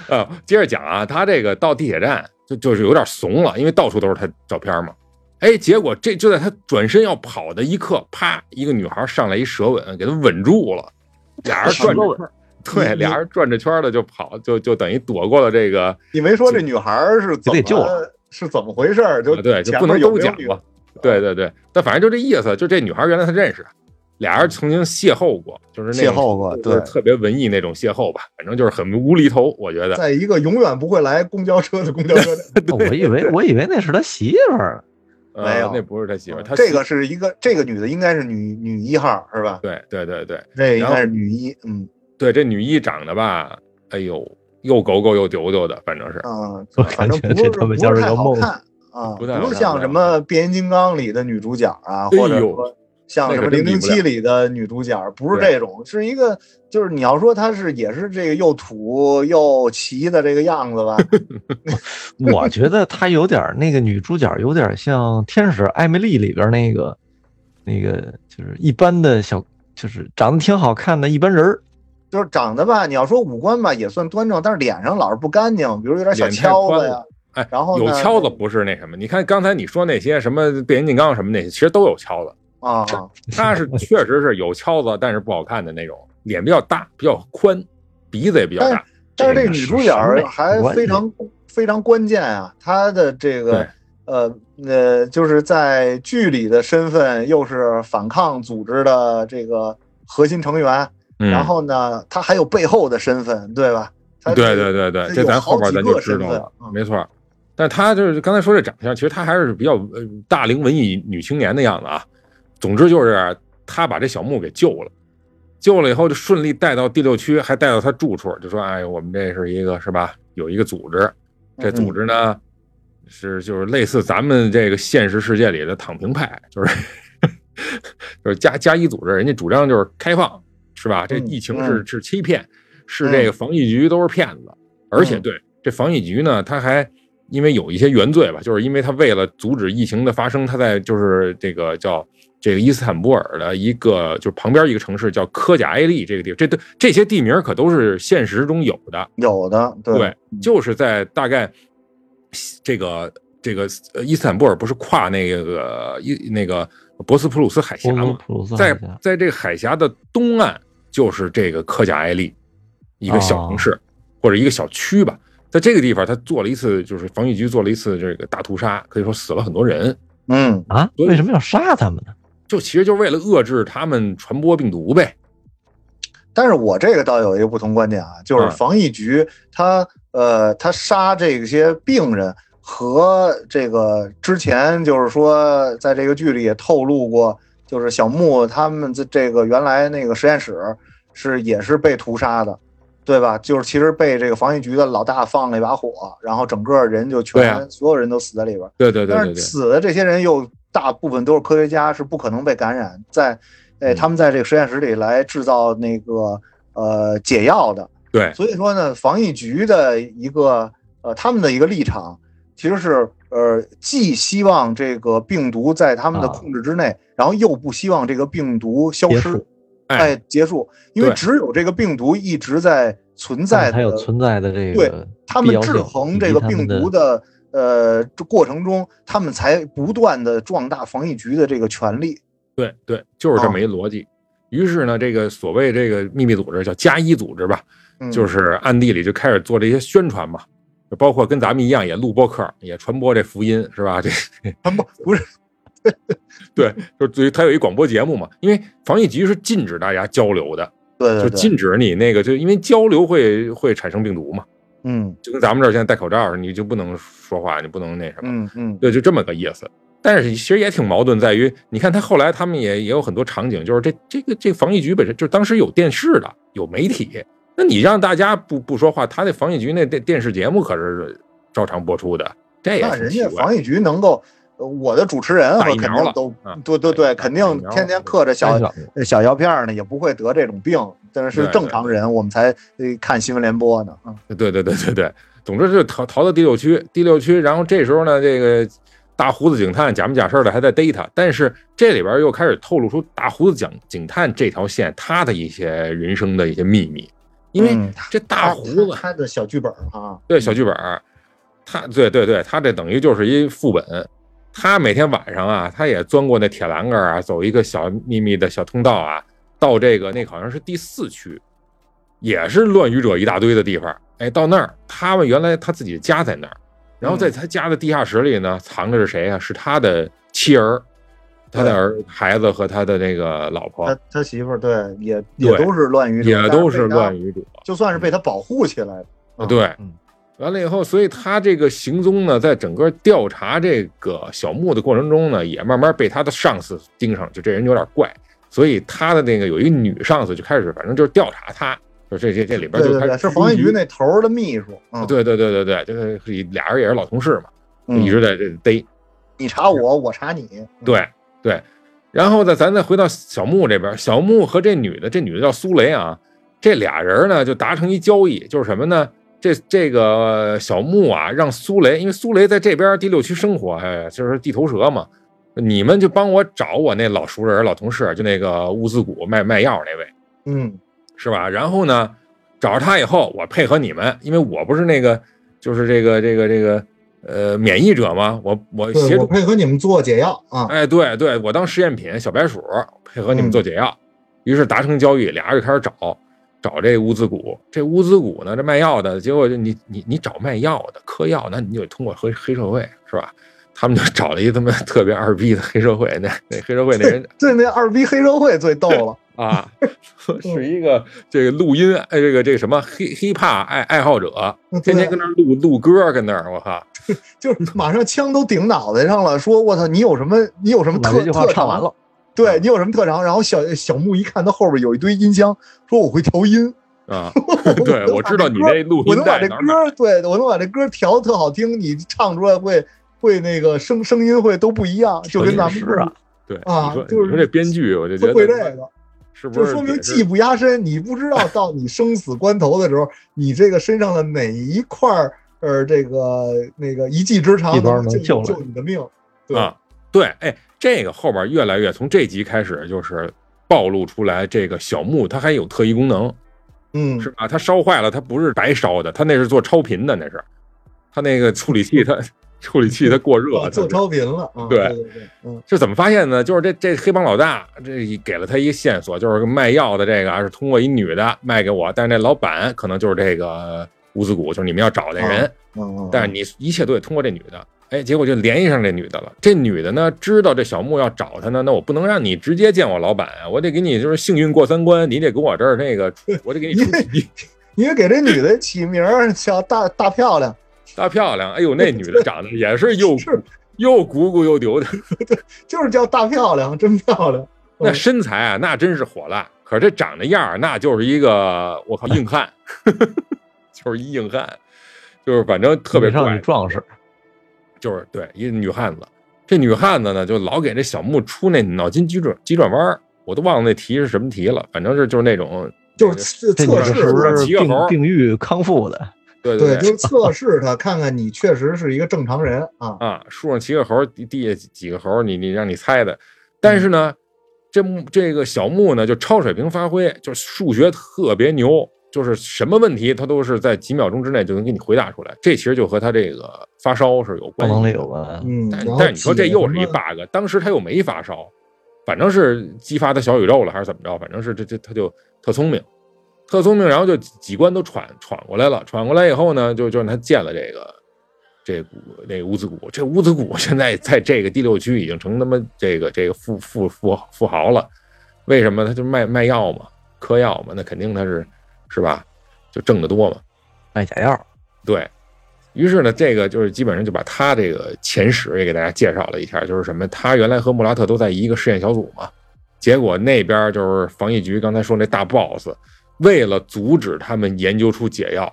Speaker 4: 啊，接着讲啊，他这个到地铁站就就是有点怂了，因为到处都是他照片嘛。哎，结果这就在他转身要跑的一刻，啪，一个女孩上来一舌吻，给他吻住了，俩人转着圈儿，对，俩人转着圈儿的就跑，就就等于躲过了这个，
Speaker 2: 你没说这女孩儿是怎
Speaker 6: 给
Speaker 2: 么
Speaker 6: 救了
Speaker 2: 是怎么回事儿？就
Speaker 4: 啊对，就
Speaker 2: 前
Speaker 4: 不能
Speaker 2: 面 有
Speaker 4: 都
Speaker 2: 没有
Speaker 4: 讲
Speaker 2: 女
Speaker 4: 吧。对对对，但反正就这意思，就这女孩原来他认识，俩人曾经邂逅过，就是那
Speaker 2: 邂
Speaker 4: 种
Speaker 2: 逅过，
Speaker 4: 就是
Speaker 2: 啊对，
Speaker 4: 特别文艺那种邂逅吧，反正就是很无厘头，我觉得。
Speaker 2: 在一个永远不会来公交车的公交车站，
Speaker 6: 我以 为我以为那是他媳妇儿，
Speaker 4: 呃
Speaker 2: 没有啊
Speaker 4: 那不是他媳妇儿，他
Speaker 2: 这
Speaker 4: 媳
Speaker 2: 个是一个这个女的应该是女女一号是吧？
Speaker 4: 对对对对
Speaker 2: 这应
Speaker 4: 然后
Speaker 2: 该是女一，嗯
Speaker 4: 对，这女一长得吧，哎呦，又狗狗又丢丢的，反正是
Speaker 2: 嗯
Speaker 6: 我，
Speaker 2: 反正
Speaker 6: 感觉
Speaker 2: 不是
Speaker 6: 这他妈
Speaker 2: 不
Speaker 6: 像
Speaker 2: 是
Speaker 6: 是
Speaker 2: 太
Speaker 6: 个
Speaker 2: 好
Speaker 6: 梦
Speaker 2: 看啊，
Speaker 4: 不太好
Speaker 2: 不是
Speaker 4: 看
Speaker 2: 像
Speaker 4: 不太
Speaker 2: 什
Speaker 4: 好
Speaker 2: 么《变形金刚》里的女主角啊，
Speaker 4: 哎
Speaker 2: 或者
Speaker 4: 呦
Speaker 2: 说像
Speaker 4: 那
Speaker 2: 什
Speaker 4: 可
Speaker 2: 么《
Speaker 4: 真
Speaker 2: 零
Speaker 4: 比
Speaker 2: 零
Speaker 4: 不了
Speaker 2: 七》里的女主角，不是
Speaker 4: 对
Speaker 2: 这种，是一个就是你要说她是也是这个又土又奇的这个样子吧，
Speaker 6: 我觉得他有点儿那个女主角有点儿像《天使艾米丽》里边儿那个那个，就是一般的小，就是长得挺好看的一般人儿，
Speaker 2: 就是长得吧，你要说五官吧也算端正，但是脸上老是不干净，比如有点小
Speaker 4: 脸太宽
Speaker 2: 敲子呀
Speaker 4: 了，哎，
Speaker 2: 然后呢
Speaker 4: 有敲子不是那什么，你看刚才你说那些什么变形金刚什么那些，其实都有敲子，
Speaker 2: 啊，
Speaker 4: 他 是确实是有敲子，但是不好看的那种，脸比较大，比较宽，鼻子也比较大，
Speaker 2: 但是
Speaker 6: 这
Speaker 2: 这
Speaker 6: 个
Speaker 2: 女
Speaker 6: 是
Speaker 2: 主
Speaker 6: 审
Speaker 2: 角
Speaker 6: 美
Speaker 2: 儿还
Speaker 6: 观
Speaker 2: 非
Speaker 6: 念
Speaker 2: 常非常关键啊，她的这
Speaker 4: 对
Speaker 2: 个呃呃，就是在剧里的身份又是反抗组织的这个核心成员，
Speaker 4: 嗯
Speaker 2: 然后呢，她还有背后的身份，对吧？她
Speaker 4: 对
Speaker 2: 是
Speaker 4: 对对对，
Speaker 2: 是
Speaker 4: 这
Speaker 2: 有
Speaker 4: 咱
Speaker 2: 好
Speaker 4: 后边
Speaker 2: 几
Speaker 4: 咱就
Speaker 2: 个
Speaker 4: 知
Speaker 2: 身
Speaker 4: 道
Speaker 2: 份
Speaker 4: 了，
Speaker 2: 啊
Speaker 4: 没错儿。但是他就是刚才说这长相，其实他还是比较呃大龄文艺女青年的样子啊。总之就是他把这小木给救了，救了以后就顺利带到第六区，还带到他住处，就说：“哎，我们这是一个是吧？有一个组织，这组织
Speaker 2: 嗯
Speaker 4: 呢是就是类似咱们这个现实世界里的躺平派，就是 就是加加一组织，人家主张就是开放，是吧？这
Speaker 2: 嗯
Speaker 4: 疫情
Speaker 2: 嗯
Speaker 4: 是是欺骗，是这个防疫局都是骗子，而且
Speaker 2: 嗯
Speaker 4: 对这防疫局呢，他还因为有一些原罪吧，就是因为他为了阻止疫情的发生，他在就是这个叫这个伊斯坦布尔的一个就是旁边一个城市叫科贾埃利这个地方，这都这些地名可都是现实中有的，
Speaker 2: 有的，
Speaker 4: 对，就是在大概这个这个呃伊斯坦布尔不是跨那个呃伊那个博斯普鲁斯海峡
Speaker 6: 波斯
Speaker 4: 吗？
Speaker 6: 普鲁斯海
Speaker 4: 在
Speaker 6: 峡
Speaker 4: 在这个海峡的东岸，就是这个科贾埃利，一个小城市、或者一个小区吧。在这个地方，他做了一次，就是防疫局做了一次这个大屠杀，可以说死了很多人。
Speaker 2: 嗯
Speaker 6: 啊，
Speaker 4: 所以
Speaker 6: 为什么要杀他们呢？
Speaker 4: 就其实就为了遏制他们传播病毒呗。
Speaker 2: 但是我这个倒有一个不同观点啊，就是
Speaker 4: 嗯
Speaker 2: 防疫局他呃他杀这些病人和这个之前就是说在这个剧里也透露过，就是小木他们这这个原来那个实验室是也是被屠杀的，对吧？就是其实被这个防疫局的老大放了一把火，然后整个人就
Speaker 4: 对
Speaker 2: 全、
Speaker 4: 啊
Speaker 2: 所有人都死在里边。
Speaker 4: 对对对
Speaker 2: 但是
Speaker 4: 对对，
Speaker 2: 死的这些人又大部分都是科学家，是不可能被感染，在哎，他们在这个实验室里来制造那个呃解药的。
Speaker 4: 对，
Speaker 2: 所以说呢，防疫局的一个呃他们的一个立场，其实是呃既希望这个病毒在他们的
Speaker 6: 啊
Speaker 2: 控制之内，然后又不希望这个病毒消
Speaker 6: 结
Speaker 2: 失
Speaker 6: 束，
Speaker 4: 哎
Speaker 2: 哎，结束，因为
Speaker 4: 对
Speaker 2: 只有这个病毒一直在存在
Speaker 6: 啊还有
Speaker 2: 的
Speaker 6: 存在的这
Speaker 2: 对
Speaker 6: 个
Speaker 2: 他
Speaker 6: 必
Speaker 2: 们
Speaker 6: 要性
Speaker 2: 制衡
Speaker 6: 以
Speaker 2: 这
Speaker 6: 及
Speaker 2: 个
Speaker 6: 他
Speaker 2: 病
Speaker 6: 们的
Speaker 2: 毒的呃这过程中，他们才不断的壮大防疫局的这个权力。
Speaker 4: 对对，就是
Speaker 2: 哦
Speaker 4: 这么一逻辑。于是呢，这个所谓这个秘密组织叫加一组织吧，
Speaker 2: 嗯，
Speaker 4: 就是暗地里就开始做这些宣传嘛，就包括跟咱们一样也录播客，也传播这福音 是吧？这
Speaker 2: 他不不是
Speaker 4: 对，就是对于他有一广播节目嘛，因为防疫局是禁止大家交流的，
Speaker 2: 对
Speaker 4: 就
Speaker 2: 对对，
Speaker 4: 禁止你那个，就因为交流会会产生病毒嘛，
Speaker 2: 嗯
Speaker 4: 就跟咱们这儿现在戴口罩似的，你就不能说话，你不能那什么。
Speaker 2: 嗯嗯，
Speaker 4: 对，就这么个意思。但是其实也挺矛盾，在于你看他后来他们也也有很多场景，就是这这个这防疫局本身就是当时有电视的，有媒体，那你让大家不不说话，他那防疫局那电电视节目可是照常播出的，这也
Speaker 2: 那
Speaker 4: 挺
Speaker 2: 人
Speaker 4: 奇
Speaker 2: 家
Speaker 4: 怪。
Speaker 2: 防疫局能够，呃我的主持人
Speaker 4: 打
Speaker 2: 和
Speaker 4: 疫
Speaker 2: 肯
Speaker 4: 苗
Speaker 2: 定
Speaker 4: 了
Speaker 2: 都
Speaker 4: 啊
Speaker 2: 对对
Speaker 4: 对
Speaker 2: 对，
Speaker 4: 打
Speaker 2: 肯
Speaker 4: 疫
Speaker 2: 定
Speaker 4: 苗
Speaker 2: 天
Speaker 4: 了
Speaker 2: 天嗑着小
Speaker 6: 想
Speaker 2: 小药片儿呢，也不会得这种病，但是
Speaker 4: 对
Speaker 2: 是
Speaker 4: 对哦
Speaker 2: 正常人，我们才呃看新闻联播呢。嗯
Speaker 4: 对对对对对，总之就是逃逃到第六区，第六区，然后这时候呢，这个大胡子警探假模假式的还在逮他，但是这里边又开始透露出大胡子警警探这条线他的一些人生的一些秘密，因为
Speaker 2: 嗯
Speaker 4: 这大胡子
Speaker 2: 他的小剧本儿啊，
Speaker 4: 对，小剧本儿，他对对对，他这等于就是一副本。他每天晚上啊，他也钻过那铁栏杆儿啊，走一个小秘密的小通道啊，到这个那个好像是第四区，也是乱语者一大堆的地方。哎，到那儿，他们原来他自己家在那儿，然后
Speaker 2: 嗯
Speaker 4: 在他家的地下室里呢，藏着是谁啊？是他的妻儿，他的儿孩子和他的那个老婆
Speaker 2: 他，他媳妇儿对也也
Speaker 4: 对
Speaker 2: 都是乱语者，
Speaker 4: 也
Speaker 2: 但
Speaker 4: 都
Speaker 2: 被
Speaker 4: 是
Speaker 2: 他
Speaker 4: 乱，语者。
Speaker 2: 就算是被他保护起来了。
Speaker 4: 啊，
Speaker 2: 嗯
Speaker 4: 对
Speaker 6: 嗯，
Speaker 4: 完了以后，所以他这个行踪呢，在整个调查这个小木的过程中呢，也慢慢被他的上司盯上了，就这人有点怪，所以他的那个有一女上司就开始，反正就是调查他，就这这这里边
Speaker 2: 对
Speaker 4: 就
Speaker 2: 对
Speaker 4: 开
Speaker 2: 对，
Speaker 4: 始
Speaker 2: 是防疫局
Speaker 4: 那，
Speaker 2: 那头儿的秘书。嗯，
Speaker 4: 对对对对对，就是俩人也是老同事嘛，就
Speaker 2: 嗯
Speaker 4: 一直在这逮，
Speaker 2: 你查我，我查你。嗯，
Speaker 4: 对对，然后呢，咱再回到小木这边，小木和这女的，这女的叫苏雷啊，这俩人呢就达成一交易，就是什么呢？这这个小木啊，让苏雷，因为苏雷在这边第六区生活，哎，就是地头蛇嘛，你们就帮我找我那老熟人、老同事，就那个乌兹谷卖卖药那位，
Speaker 2: 嗯
Speaker 4: 是吧？然后呢，找着他以后，我配合你们，因为我不是那个，就是这个这个这个呃免疫者嘛，我我协
Speaker 5: 对，
Speaker 4: 助
Speaker 5: 我配合你们做解药啊，
Speaker 4: 哎，对对，我当实验品小白鼠，配合你们做解药。于是达成交易，俩人就开始找找这乌兹谷。这乌兹谷呢，这卖药的，结果就你你你找卖药的嗑药，那你就得通过黑黑社会是吧？他们就找了一他妈特别二逼的黑社会，那那黑社会那人
Speaker 2: 对，那二逼黑社会最逗了。
Speaker 4: 啊，是一个这个录音哎，这个这个什么黑黑怕爱爱好者，天天跟那儿录录歌，跟那儿我靠，
Speaker 2: 就是马上枪都顶脑袋上了，说我操，你有什么你有什么
Speaker 6: 把
Speaker 2: 特
Speaker 6: 这句话
Speaker 2: 特
Speaker 6: 唱
Speaker 2: 长
Speaker 6: 完了，
Speaker 2: 对你有什么特长？然后小小木一看，他后边有一堆音箱，说我会调音，
Speaker 4: 啊，
Speaker 2: 我
Speaker 4: 对
Speaker 2: 能
Speaker 4: 我
Speaker 2: 把
Speaker 4: 知道你
Speaker 2: 歌
Speaker 4: 那录
Speaker 2: 我
Speaker 4: 音
Speaker 2: 能把
Speaker 4: 带
Speaker 2: 这
Speaker 4: 哪儿哪儿
Speaker 2: 歌，对我能把这歌调的特好听，你唱出来会会那个声声音会都不一样，就跟咱们
Speaker 6: 是啊，
Speaker 4: 对，
Speaker 2: 啊
Speaker 4: 你说
Speaker 2: 就是
Speaker 4: 你说这编剧，我就觉
Speaker 2: 会
Speaker 4: 得
Speaker 2: 会这个，
Speaker 4: 是不
Speaker 2: 就是说明
Speaker 4: 也是
Speaker 2: 技不压身，你不知道到你生死关头的时候，你这个身上的哪一块儿呃这个那个一技之长
Speaker 5: 一刀
Speaker 2: 能
Speaker 5: 能
Speaker 2: 救
Speaker 6: 救
Speaker 2: 救你的命，对
Speaker 4: 啊，对，哎，这个后边越来越从这集开始就是暴露出来，这个小木他还有特异功能，
Speaker 2: 嗯，
Speaker 4: 是吧？他烧坏了，他不是白烧的，他那是做超频的，那是他 那个处理器它，处理器它过热，
Speaker 2: 啊
Speaker 4: 它
Speaker 2: 做
Speaker 4: 是
Speaker 2: 超频了啊，
Speaker 4: 对
Speaker 2: 对对，嗯
Speaker 4: 这怎么发现呢？就是这这黑帮老大这一给了他一个线索，就是卖药的这个啊是通过一女的卖给我，但是那老板可能就是这个乌兹谷，就是你们要找的人。
Speaker 2: 嗯嗯，
Speaker 4: 但是你一切都得通过这女的。哎，结果就联系上这女的了。这女的呢，知道这小木要找她呢，那我不能让你直接见我老板啊，我得给你就是幸运过三关，你得给我这儿那 个，我得给你出题
Speaker 2: 你给这女的起名儿叫大大漂亮，
Speaker 4: 大漂亮。哎呦，那女的长得也是 又
Speaker 2: 是
Speaker 4: 又鼓鼓又丢的，
Speaker 6: 嗯
Speaker 2: 就是叫大漂亮，真漂亮。
Speaker 4: 那身材啊，那真是火辣。可是这长那样儿，那就是一个我靠硬汉， 就是一硬汉，就是反正特别
Speaker 6: 美少
Speaker 4: 怪
Speaker 6: 女壮士，
Speaker 4: 就是对一女汉子。这女汉子呢，就老给这小木出那脑筋急转急转弯儿。我都忘了那题是什么题了，反正是就是那种
Speaker 5: 就是测
Speaker 6: 这你
Speaker 5: 测试
Speaker 6: 这是不
Speaker 5: 它，
Speaker 6: 是
Speaker 4: 急个
Speaker 6: 病
Speaker 4: 猴
Speaker 6: 病愈康复的？
Speaker 4: 对
Speaker 5: 对，就
Speaker 4: 对
Speaker 5: 是测试它，看看你确实是一个正常人啊。
Speaker 4: 啊，树上骑个猴，地地下几个猴，你你让你猜的。但是
Speaker 5: 嗯
Speaker 4: 呢，这木这个小木呢就超水平发挥，就是数学特别牛，就是什么问题他都是在几秒钟之内就能给你回答出来。这其实就和他这个发烧是有
Speaker 6: 不
Speaker 4: 关系
Speaker 6: 能
Speaker 4: 的。
Speaker 6: 里有关。
Speaker 5: 嗯，
Speaker 4: 但
Speaker 5: 然后
Speaker 4: 但是你说这
Speaker 5: 几个
Speaker 4: 又
Speaker 5: 什
Speaker 4: 是一
Speaker 5: 么
Speaker 4: bug，当时他又没发烧，反正是激发他小宇宙了还是怎么着，反正是这这他就特聪明，特聪明，然后就几几关都闯闯过来了，闯过来以后呢，就就让他建了这个这古那个乌兹谷，这乌兹谷 现在在这个第六区已经成他妈这个这个富富富富豪了，为什么？他就卖卖药嘛，嗑药嘛，那肯定他是是吧？就挣得多嘛，
Speaker 6: 卖假药，
Speaker 4: 对于是呢，这个就是基本上就把他这个前史也给大家介绍了一下，就是什么，他原来和穆拉特都在一个试验小组嘛，结果那边就是防疫局刚才说那大 boss，为了阻止他们研究出解药，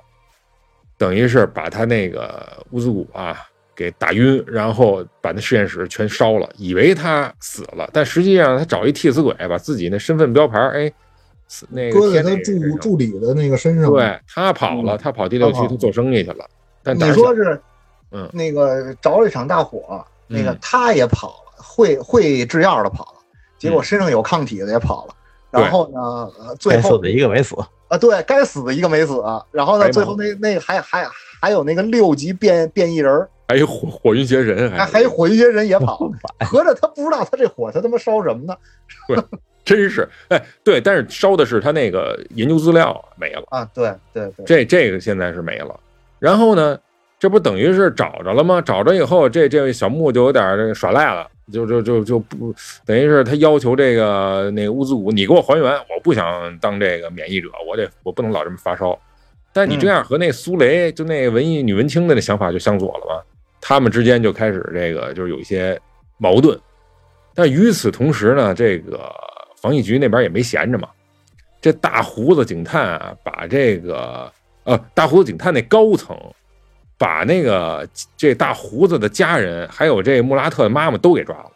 Speaker 4: 等于是把他那个乌兹古啊给打晕，然后把那实验室全烧了，以为他死了，但实际上他找一替死鬼，把自己那身份标牌儿哎，死那个
Speaker 5: 搁
Speaker 4: 贴
Speaker 5: 在他
Speaker 4: 那个身
Speaker 5: 助
Speaker 4: 上
Speaker 5: 助理的那个身上。，
Speaker 4: 对他跑了，
Speaker 5: 嗯
Speaker 4: 他跑第六
Speaker 5: 他
Speaker 4: 区，
Speaker 5: 跑
Speaker 4: 他做生意去了。但
Speaker 5: 你
Speaker 4: 胆
Speaker 5: 说
Speaker 4: 小
Speaker 5: 是，
Speaker 4: 嗯
Speaker 5: 那个着了一场大火，那个
Speaker 4: 嗯
Speaker 5: 他也跑了，会会制药的跑了，结果
Speaker 4: 嗯
Speaker 5: 身上有抗体的也跑了。
Speaker 4: 对
Speaker 5: 然后呢，呃最
Speaker 6: 该死
Speaker 5: 后
Speaker 6: 的一个没死。
Speaker 5: 啊，对该死的一个没死，
Speaker 2: 啊
Speaker 5: 然后
Speaker 4: 白
Speaker 5: 呢，
Speaker 4: 忙
Speaker 5: 最后那那个还还还有那个六级变变异人儿，
Speaker 4: 还有火火云邪神，
Speaker 5: 还
Speaker 4: 还
Speaker 5: 还有火云邪人也 跑了，合着他不知道他这火他他妈烧什么呢？
Speaker 4: 真是哎对，但是烧的是他那个研究资料没了，
Speaker 5: 啊，对对对，
Speaker 4: 这这个现在是没了。然后呢，这不等于是找着了吗？找着以后，这这位小木就有点儿这个耍赖了，就就就就不等于是他要求这个那个乌兹古，你给我还原，我不想当这个免疫者，我得我不能老这么发烧。但你这样和那苏雷就那文艺女文青的那想法就相左了嘛，他们之间就开始这个就是有一些矛盾。但与此同时呢，这个防疫局那边也没闲着嘛，这大胡子警探啊，把这个呃大胡子警探那高层，把那个这大胡子的家人，还有这穆拉特的妈妈都给抓了。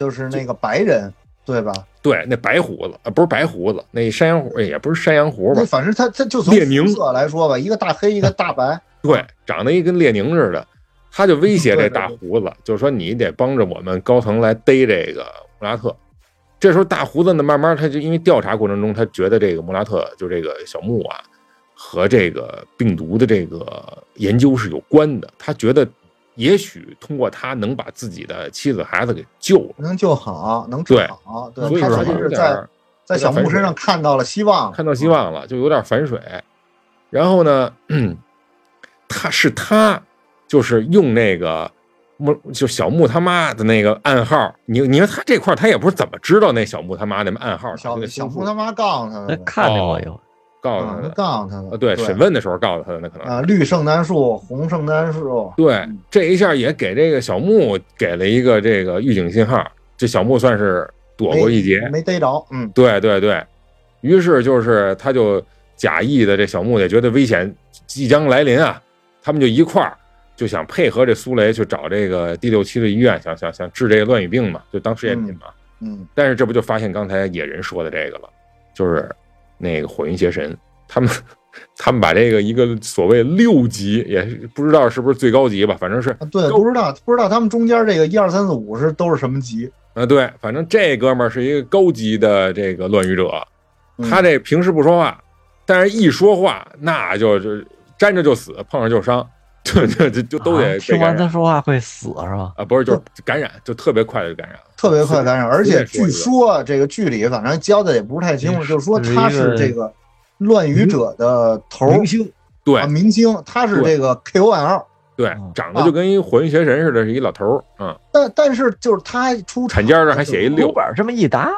Speaker 5: 就是那个白人，对吧？
Speaker 4: 对，那白胡子啊、呃不是白胡子，那山羊胡哎也不是山羊胡吧
Speaker 5: 那？反正他他就从
Speaker 4: 列宁
Speaker 5: 肤色来说吧，一个大黑，一个大白，
Speaker 4: 对，长得一跟列宁似的，他就威胁这
Speaker 5: 嗯对对对
Speaker 4: 大胡子，就说你得帮着我们高层来逮这个穆拉特。这时候大胡子呢，慢慢他就因为调查过程中，他觉得这个穆拉特就这个小穆啊，和这个病毒的这个研究是有关的。他觉得也许通过他能把自己的妻子孩子给救了，
Speaker 5: 能就好，能治
Speaker 4: 对
Speaker 5: 好。
Speaker 4: 所以
Speaker 5: 他
Speaker 4: 说
Speaker 5: 实际
Speaker 4: 有
Speaker 5: 是
Speaker 4: 点
Speaker 5: 在
Speaker 4: 儿
Speaker 5: 在小木身上看到了希望，
Speaker 4: 看到希望了，就有点反水。然后呢，他是他就是用那个木就小木他妈的那个暗号，你你说他这块儿他也不是怎么知道那小木他妈那暗号的，
Speaker 5: 小
Speaker 4: 那
Speaker 5: 小
Speaker 4: 叔
Speaker 5: 木
Speaker 4: 叔
Speaker 5: 他妈
Speaker 4: 哎
Speaker 5: 告诉他
Speaker 2: 嗯
Speaker 6: 那
Speaker 5: 的呗，
Speaker 6: 看见
Speaker 4: 哦
Speaker 6: 过有，
Speaker 4: 告诉
Speaker 5: 啊
Speaker 4: 他
Speaker 5: 他
Speaker 4: 的，
Speaker 5: 告诉他的，
Speaker 4: 啊对，审问的时候告诉他的，那可能是
Speaker 5: 啊，绿圣诞树，红圣诞树，
Speaker 4: 对，这一下也给这个小木给了一个这个预警信号，这小木算是躲过一劫，
Speaker 5: 没逮着，嗯，
Speaker 4: 对对对，于是就是他就假意的这小木也觉得危险即将来临啊，他们就一块儿就想配合这苏雷去找这个第六区的医院，想想想治这个乱语病嘛，就当实验品嘛。
Speaker 5: 嗯，
Speaker 4: 但是这不就发现刚才野人说的这个了，就是那个火云邪神，他们 他们把这个一个所谓六级，也是不知道是不是最高级吧，反正是
Speaker 5: 啊对，
Speaker 4: 够
Speaker 5: 不知道不知道他们中间这个一二三四五是都是什么级，
Speaker 4: 啊，对，反正这哥们儿是一个高级的这个乱语者，
Speaker 5: 嗯
Speaker 4: 他这平时不说话，但是一说话那就是沾着就死，碰上就伤，就就就就都
Speaker 6: 啊
Speaker 4: 得被
Speaker 6: 听
Speaker 4: 感
Speaker 6: 完他
Speaker 4: 染
Speaker 6: 说话会死是吧？
Speaker 4: 啊，不是就是感染，就特别快就感染了。
Speaker 5: 特别快感染，而
Speaker 4: 随
Speaker 5: 且
Speaker 4: 便说一
Speaker 5: 据
Speaker 4: 个
Speaker 5: 说这个剧里反正交代也不是太清楚，
Speaker 6: 嗯
Speaker 5: 就是说
Speaker 6: 是一
Speaker 5: 他是
Speaker 6: 个
Speaker 5: 这个乱语者的头儿
Speaker 6: 明星
Speaker 4: 对
Speaker 5: 啊，明星，他是
Speaker 4: 对
Speaker 5: 这个 KOL，
Speaker 4: 对
Speaker 6: 啊，
Speaker 4: 长得就跟一混学神似的，是一老头儿，嗯，
Speaker 5: 但但是就是他出场
Speaker 4: 产尖儿上还写一
Speaker 5: 的时候
Speaker 4: 六
Speaker 6: 刘板这么一答，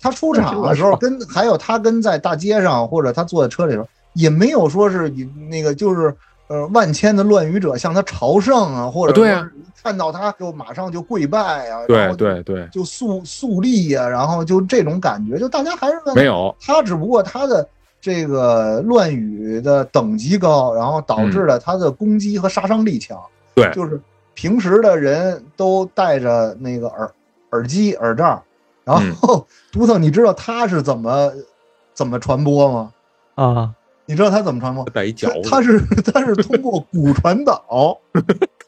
Speaker 5: 他出场的时候跟还有他跟在大街上或者他坐在车里时候，也没有说是以那个就是呃万千的乱语者向他朝圣啊，或者
Speaker 4: 啊对啊，
Speaker 5: 看到他就马上就跪拜啊，然
Speaker 4: 对
Speaker 5: 后就
Speaker 4: 对对，
Speaker 5: 就肃肃立呀、然后就这种感觉，就大家还是问
Speaker 4: 没有，
Speaker 5: 他，只不过他的这个乱语的等级高，然后导致了他的攻击和杀伤力强。
Speaker 4: 嗯对
Speaker 5: 就是平时的人都戴着那个耳耳机耳罩，然然
Speaker 4: 嗯
Speaker 5: 后独特，你知道他是怎么怎么传播吗？
Speaker 6: 啊，
Speaker 5: 你知道他怎么传播？
Speaker 4: 带一脚
Speaker 5: 他，他是他是通过骨传导，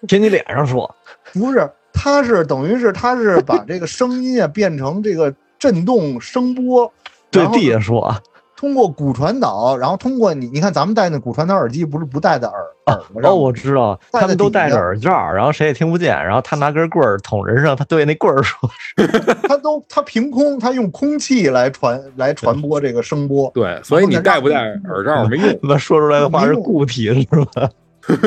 Speaker 6: 贴你脸上说，
Speaker 5: 不是，他是等于是他是把这个声音啊变成这个震动声波，
Speaker 6: 对
Speaker 5: 然后
Speaker 6: 地下说啊，
Speaker 5: 通过骨传导，然后通过你你看咱们戴那骨传导耳机不是不戴在耳耳朵上吗？
Speaker 6: 哦，我知道，
Speaker 5: 戴
Speaker 6: 他们
Speaker 5: 在
Speaker 6: 都
Speaker 5: 底下
Speaker 6: 戴着耳罩，然后谁也听不见，然后他拿根棍儿捅人上，他对那棍儿说，
Speaker 5: 它都它凭空，它用空气来传来传播这个声波。
Speaker 4: 对，所以你戴不戴耳罩没用，
Speaker 6: 他妈说出来的话
Speaker 5: 嗯
Speaker 6: 是固体是吧？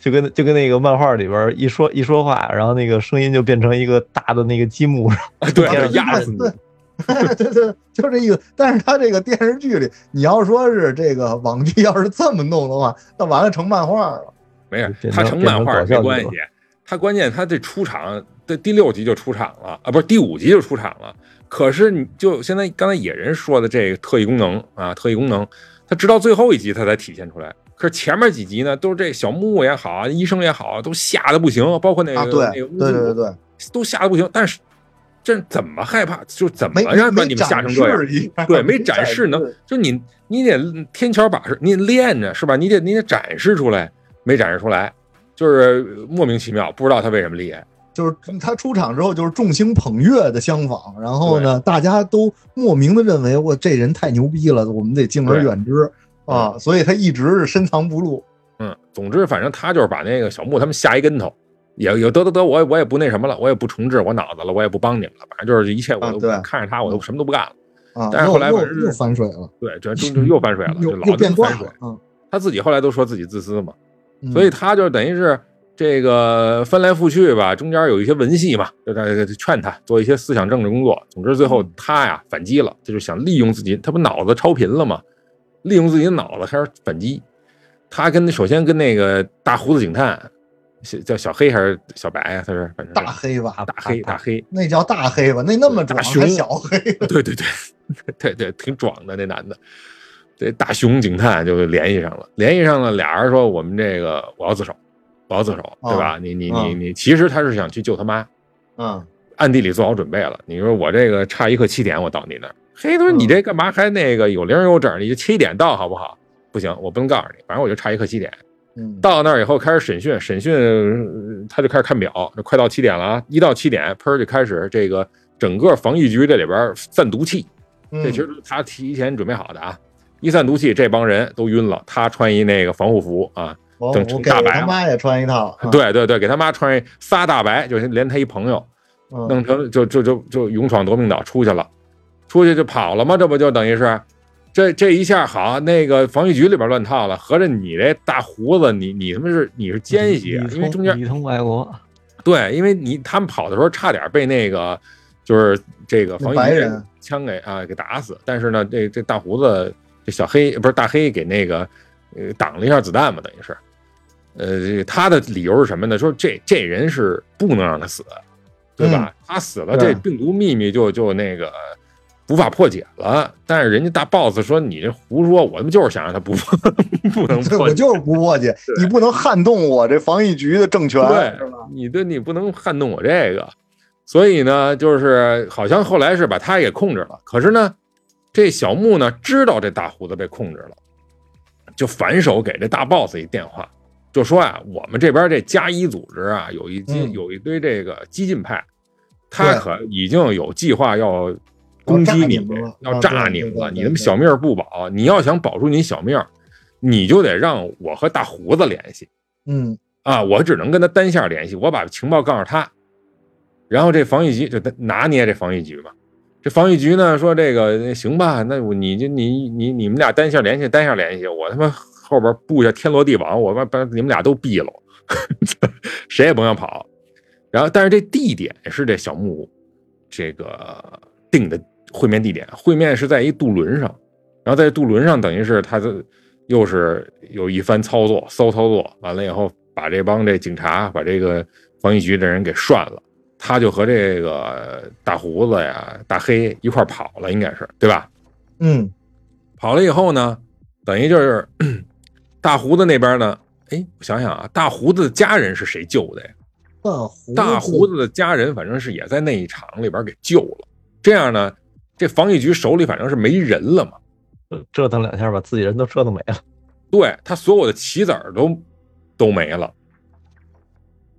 Speaker 6: 就跟就跟那个漫画里边一说一说话，然后那个声音就变成一个大的那个积木，
Speaker 4: 对，
Speaker 6: 对
Speaker 4: 压死你。
Speaker 5: 对对对， 就这意思。但是它这个电视剧里，你要说是这个网剧要是这么弄的话，那完了成漫画了。
Speaker 4: 没事，
Speaker 6: 变
Speaker 4: 他
Speaker 6: 成
Speaker 4: 成
Speaker 6: 变
Speaker 4: 漫
Speaker 6: 成
Speaker 4: 画
Speaker 6: 搞
Speaker 4: 儿没
Speaker 6: 笑
Speaker 4: 关
Speaker 6: 剧
Speaker 4: 系
Speaker 6: 了，
Speaker 4: 他关键他这出场这第六集就出场了啊，不是第五集就出场了。可是你就现在刚才野人说的这个特异功能啊，特异功能，他直到最后一集他才体现出来。可是前面几集呢，都是这小木屋也好啊，医生也好啊，都吓得不行，包括那个、
Speaker 5: 啊，对
Speaker 4: 那个
Speaker 5: 对
Speaker 4: 屋
Speaker 5: 对对
Speaker 4: 主
Speaker 5: 对，
Speaker 4: 都吓得不行。但是这怎么害怕，就怎么
Speaker 5: 没
Speaker 4: 让把
Speaker 5: 没
Speaker 4: 你们吓
Speaker 5: 展
Speaker 4: 成这样？
Speaker 5: 示一下，
Speaker 4: 对，没展示能，就你你得天桥把式，你得练着是吧？你得你得展示出来，没展示出来，就是莫名其妙，不知道他为什么厉害。
Speaker 5: 就是他出场之后就是众星捧月的相仿，然后呢，大家都莫名的认为我这人太牛逼了，我们得敬而
Speaker 4: 对
Speaker 5: 远之啊，所以他一直是深藏不露。
Speaker 4: 嗯，总之反正他就是把那个小木他们吓一跟头，也也得得得，我也我也不那什么了，我也不重置我脑子了，我也不帮你们了，反正就是一切我
Speaker 5: 啊
Speaker 4: 都、
Speaker 5: 对
Speaker 4: 看着他，我都什么都不干了。
Speaker 5: 啊，
Speaker 4: 但是
Speaker 5: 又
Speaker 4: 后来
Speaker 5: 又
Speaker 4: 反正是
Speaker 5: 又反水了，
Speaker 4: 对，这就就又翻水了，就
Speaker 5: 又
Speaker 4: 老
Speaker 5: 又
Speaker 4: 这
Speaker 5: 变
Speaker 4: 么
Speaker 5: 卦
Speaker 4: 翻水
Speaker 5: 了。，嗯，
Speaker 4: 他自己后来都说自己自私嘛，
Speaker 5: 嗯
Speaker 4: 所以他就等于是这个翻来覆去吧，中间有一些文戏嘛，就在这劝他做一些思想政治工作。总之最
Speaker 5: 嗯
Speaker 4: 后他呀反击了，这就想利用自己，他不脑子超频了嘛，利用自己的脑子开始反击。他跟首先跟那个大胡子警探，小叫小黑还是小白啊？他是反正
Speaker 5: 大黑吧，
Speaker 4: 大黑大黑，
Speaker 5: 那叫大黑吧，那那么壮
Speaker 4: 大熊
Speaker 5: 还小黑，
Speaker 4: 对对对对对，挺壮的那男的。这大熊警探就联系上了，联系上了，俩人说我们这个我要自首，我要自首，对吧？你你你你，其实他是想去救他妈，
Speaker 5: 嗯，
Speaker 4: 暗地里做好准备了。你说我这个差一刻七点我到你那儿，嘿，他说
Speaker 5: 嗯
Speaker 4: 你这干嘛还那个有零有整儿，你就七点到好不好？不行，我不能告诉你，反正我就差一刻七点。
Speaker 5: 嗯，
Speaker 4: 到那儿以后开始审讯，审讯呃他就开始看表，这快到七点了啊，一到七点，喷儿就开始这个整个防疫局这里边儿散毒气，
Speaker 2: 嗯
Speaker 5: 嗯
Speaker 4: 这其实都是他提前准备好的啊。一散毒气，这帮人都晕了。他穿一那个防护服啊，
Speaker 5: 我
Speaker 4: 整
Speaker 5: 我
Speaker 4: 成
Speaker 5: 给
Speaker 4: 大白
Speaker 5: 他
Speaker 4: 了
Speaker 5: 妈也穿一套，啊，
Speaker 4: 对对对，给他妈穿一仨大白，就是连他一朋友，
Speaker 5: 嗯
Speaker 4: 弄成就就就就勇闯夺命岛出去了，出去就跑了吗？这不就等于是，这这一下好，那个防疫局里边乱套了。合着你这大胡子，你你他妈是你是奸细，啊
Speaker 6: 里
Speaker 4: 因为
Speaker 6: 通
Speaker 4: 中间
Speaker 6: 里通外国，
Speaker 4: 对，因为你他们跑的时候差点被那个就是这个防
Speaker 5: 白
Speaker 4: 疫
Speaker 5: 人
Speaker 4: 枪给啊给打死，但是呢，这这大胡子这小黑不是大黑给那个呃挡了一下子弹嘛，等于是，呃，这他的理由是什么呢？说这这人是不能让他死，对吧？他死了，
Speaker 5: 嗯对啊
Speaker 4: 这病毒秘密就就那个。无法破解了，但是人家大 boss 说你这胡说，我他妈就是想让他不 不能
Speaker 5: 对，
Speaker 4: 破
Speaker 5: 我
Speaker 4: 解，
Speaker 5: 就是不过去，你不能撼动我这防疫局的政权，
Speaker 4: 对
Speaker 5: 是吧？
Speaker 4: 你对你不能撼动我这个。所以呢，就是好像后来是把他也控制了，可是呢，这小木呢知道这大胡子被控制了，就反手给这大 boss 一电话，就说啊，我们这边这加一组织啊，有一激、
Speaker 5: 嗯
Speaker 4: 有一堆这个激进派，他
Speaker 5: 对
Speaker 4: 可已经有计划要攻击你
Speaker 5: 要炸你们了，
Speaker 4: 要
Speaker 5: 啊
Speaker 4: 炸
Speaker 5: 对
Speaker 4: 你
Speaker 5: 对
Speaker 4: 们了，
Speaker 5: 对
Speaker 4: 你
Speaker 5: 对
Speaker 4: 他妈
Speaker 5: 对
Speaker 4: 小命儿不保，你要想保住你小命儿，你就得让我和大胡子联系。
Speaker 5: 嗯，
Speaker 4: 啊，我只能跟他单线联系，我把情报告诉他，然后这防疫局就拿捏这防疫局嘛。这防疫局呢说这个行吧，那我你就你你你们俩单线联系，单线联系，我他妈后边布下天罗地网，我把把你们俩都毙了， 谁也甭想跑。然后，但是这地点是这小木屋这个定的会面地点，会面是在一渡轮上，然后在渡轮上等于是他的又是有一番操作，骚操作，完了以后把这帮这警察把这个防疫局的人给涮了，他就和这个大胡子呀、大黑一块儿跑了，应该是对吧？
Speaker 5: 嗯，
Speaker 4: 跑了以后呢，等于就是 大胡子那边呢，哎，我想想啊，大胡子的家人是谁救的呀？
Speaker 5: 大胡
Speaker 4: 大胡
Speaker 5: 子
Speaker 4: 子的家人反正是也在那一场里边给救了，这样呢，这防疫局手里反正是没人了嘛，
Speaker 6: 呃折腾两下把自己人都折腾没了。
Speaker 4: 对他所有的棋子儿都都没了。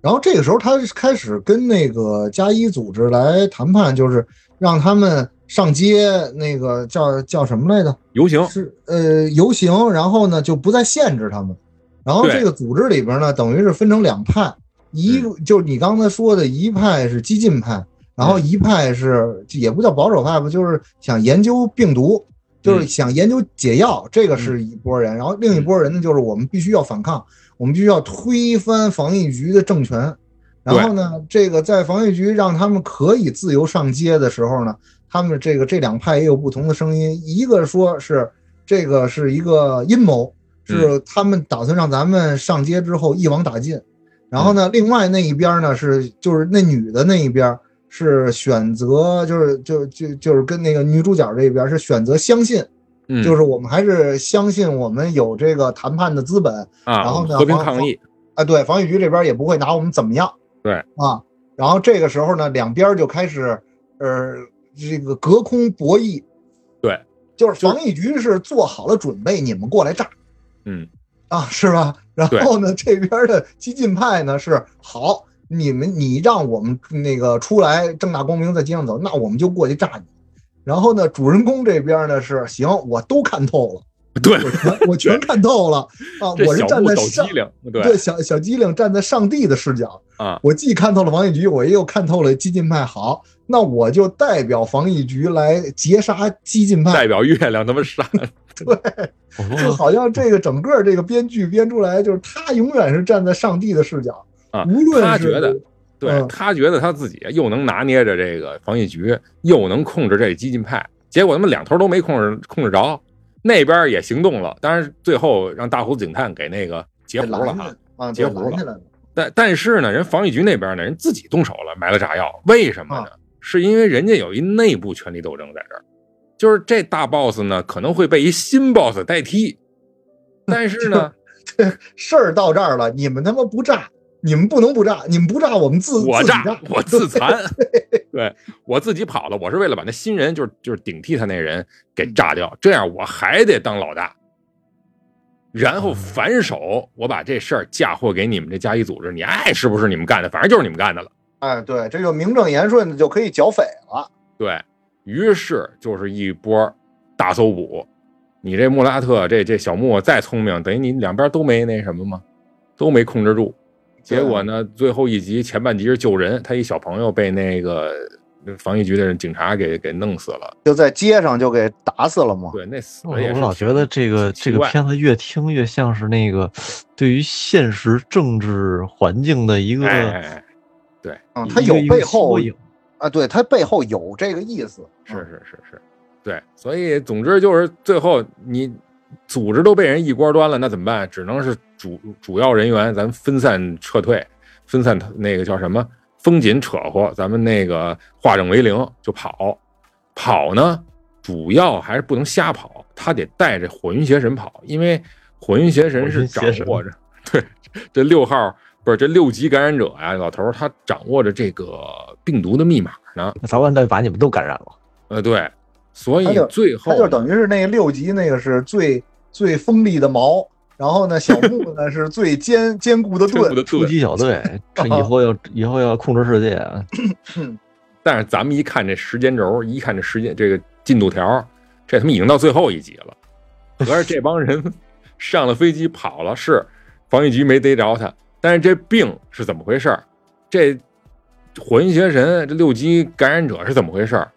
Speaker 5: 然后这个时候，他开始跟那个加一组织来谈判，就是让他们上街，那个叫叫什么来着？
Speaker 4: 游行
Speaker 5: 是呃游行，然后呢就不再限制他们。然后
Speaker 4: 对
Speaker 5: 这个组织里边呢，等于是分成两派，一
Speaker 4: 嗯
Speaker 5: 就是你刚才说的，一派是激进派，
Speaker 4: 嗯
Speaker 5: 然后一派是也不叫保守派吧，就是想研究病毒，就是
Speaker 4: 嗯
Speaker 5: 想研究解药，这个是一拨人。然后另一拨人呢，就是我们必须要反抗，我们必须要推翻防疫局的政权。然后呢，这个在防疫局让他们可以自由上街的时候呢，他们这个这两派也有不同的声音，一个说是这个是一个阴谋，是他们打算让咱们上街之后一网打尽。然后呢，另外那一边呢是就是那女的那一边是选择就是就就就是跟那个女主角这边是选择相信，
Speaker 4: 嗯，
Speaker 5: 就是是我们还是相信我们有这个谈判的资本
Speaker 4: 啊，
Speaker 5: 然后呢
Speaker 4: 和平
Speaker 5: 防
Speaker 4: 抗议，
Speaker 5: 啊。对，防疫局这边也不会拿我们怎么样。
Speaker 4: 对
Speaker 5: 啊，然后这个时候呢，两边就开始呃这个隔空博弈。
Speaker 4: 对，
Speaker 5: 就是防疫局是做好了准备，你们过来炸。
Speaker 4: 嗯，
Speaker 5: 啊，是吧？然
Speaker 4: 对
Speaker 5: 后呢，这边的激进派呢是好，你们你让我们那个出来正大光明在街上走，那我们就过去炸你。然后呢，主人公这边呢是行，我都看透了，
Speaker 4: 对，
Speaker 5: 我全我全看透了 啊！
Speaker 4: 这
Speaker 5: 我是
Speaker 4: 小
Speaker 5: 站
Speaker 4: 布
Speaker 5: 在
Speaker 4: 抖
Speaker 5: 上
Speaker 4: 机灵，
Speaker 5: 对小小机灵站在上帝的视角
Speaker 4: 啊
Speaker 5: 我既看透了防疫局，我又看透了激进派。好，那我就代表防疫局来截杀激进派
Speaker 4: 代，表月亮他们 闪，
Speaker 5: 就好像这个整个这个编剧编出来，就是他永远是站在上帝的视角，
Speaker 4: 啊
Speaker 5: 无论是
Speaker 4: 他觉得对、
Speaker 5: 嗯
Speaker 4: 他觉得他自己又能拿捏着这个防疫局，又能控制这激进派，结果他们两头都没控制控制着，那边也行动了，当然最后让大胡子警探给那个截胡了
Speaker 5: 拦
Speaker 4: 啊
Speaker 5: 着。啊，
Speaker 4: 截
Speaker 5: 对
Speaker 4: 胡
Speaker 5: 拦下来了，
Speaker 4: 但但是呢，人防疫局那边呢，人自己动手了，埋了炸药，为什么呢？是因为人家有一内部权力斗争在这儿，就是这大 boss 呢可能会被一新 boss 代替，但是呢，
Speaker 5: 事儿到这儿了，你们他妈不炸，你们不能不炸，你们不炸，我们自
Speaker 4: 我
Speaker 5: 自己炸
Speaker 4: 炸，我自残， 对我自己跑了，我是为了把那新人，就是就是顶替他那人给炸掉，这样我还得当老大。然后反手，我把这事儿嫁祸给你们这加一组织，你爱是不是你们干的，反正就是你们干的了。
Speaker 5: 哎，对，这就名正言顺的就可以剿匪了。
Speaker 4: 对于是就是一波大搜捕，你这穆拉特这这小穆再聪明，等于你两边都没那什么嘛，都没控制住。结果呢，最后一集前半集是救人，他一小朋友被那个防疫局的警察给给弄死了。
Speaker 2: 就在街上就给打死了嘛。
Speaker 4: 对，那死
Speaker 6: 哦我
Speaker 4: 了也是
Speaker 6: 老觉得这个
Speaker 4: 奇
Speaker 6: 这个
Speaker 4: 怪
Speaker 6: 片子越听越像是那个对于现实政治环境的一个
Speaker 4: 哎哎，哎
Speaker 2: 嗯，
Speaker 5: 啊
Speaker 6: 一
Speaker 2: 他
Speaker 6: 个
Speaker 2: 有
Speaker 6: 一个
Speaker 2: 背后
Speaker 6: 缩影
Speaker 2: 啊，对他背后有这个意思。
Speaker 4: 是是是是，对，所以总之就是最后你组织都被人一锅端了，那怎么办？只能是主主要人员咱分散撤退，分散那个叫什么风紧扯和，咱们那个化整为零就跑。跑呢，主要还是不能瞎跑，他得带着火云邪神跑，因为火云邪神
Speaker 6: 火
Speaker 4: 是
Speaker 6: 云
Speaker 4: 掌
Speaker 6: 邪神
Speaker 4: 握着对这六号。不是这六级感染者呀、老头儿他掌握着这个病毒的密码呢。
Speaker 6: 那早晚得把你们都感染了。
Speaker 4: 呃，对，所以
Speaker 2: 他就
Speaker 4: 最后
Speaker 2: 他就等于是那个六级那个是最最锋利的矛，然后呢，小木呢是最坚坚固的
Speaker 4: 全部
Speaker 2: 盾。
Speaker 4: 的
Speaker 6: 突
Speaker 4: 对，
Speaker 6: 击小 队，这以后要以后要控制世界啊！
Speaker 4: 但是咱们一看这时间轴，一看这时间这个进度条，这他妈已经到最后一集了，合着这帮人 上了飞机跑了，是防疫局没逮着他，但是这病是怎么回事儿？这火云邪神这六级感染者是怎么回事儿？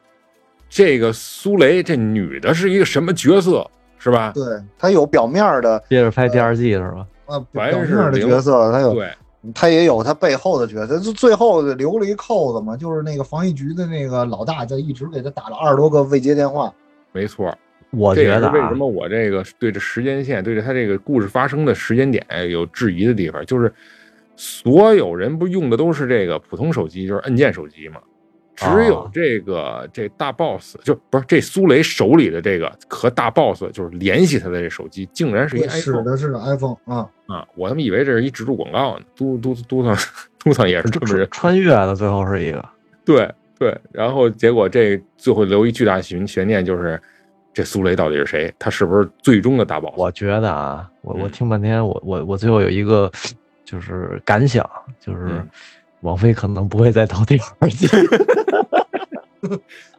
Speaker 4: 这个苏雷这女的是一个什么角色是吧？
Speaker 2: 对他有表面的
Speaker 6: 接着
Speaker 4: 哎
Speaker 6: 拍第二季是吧？
Speaker 2: 啊，
Speaker 4: 凡
Speaker 2: 表
Speaker 4: 是
Speaker 2: 面的
Speaker 4: 零
Speaker 2: 角色，他有
Speaker 4: 对，
Speaker 2: 他也有他背后的角
Speaker 5: 觉
Speaker 2: 色。
Speaker 5: 得就最后留了一扣子嘛，就是那个防疫局的那个老大，就一直给他打了二十多个未接电话。
Speaker 4: 没错儿。
Speaker 6: 我
Speaker 4: 这也
Speaker 6: 觉
Speaker 4: 是
Speaker 6: 得
Speaker 4: 为什
Speaker 6: 啊，
Speaker 4: 么我这个对这时间线，对着它这个故事发生的时间点有质疑的地方，就是所有人不用的都是这个普通手机，就是按键手机嘛。只有
Speaker 6: 啊
Speaker 4: 这个、这大 boss 就不是这苏雷手里的这个和大 boss 就是联系他的这手机，竟然是一
Speaker 5: 对，使
Speaker 4: iPhone
Speaker 5: 的是 iPhone 啊，
Speaker 4: 啊！我他妈以为这是一植入广告呢，嘟嘟嘟嘟嘟嘟嘟也是这么人
Speaker 6: 穿越的最后是一个
Speaker 4: 对，对，然后结果这最后留一巨大悬悬念，就是这苏雷到底是谁？他是不是最终的大 boss？
Speaker 6: 我觉得啊，我我
Speaker 4: 嗯
Speaker 6: 听半天，我我我最后有一个就是感想，就是
Speaker 4: 嗯
Speaker 6: 王菲可能不会再到第 二季。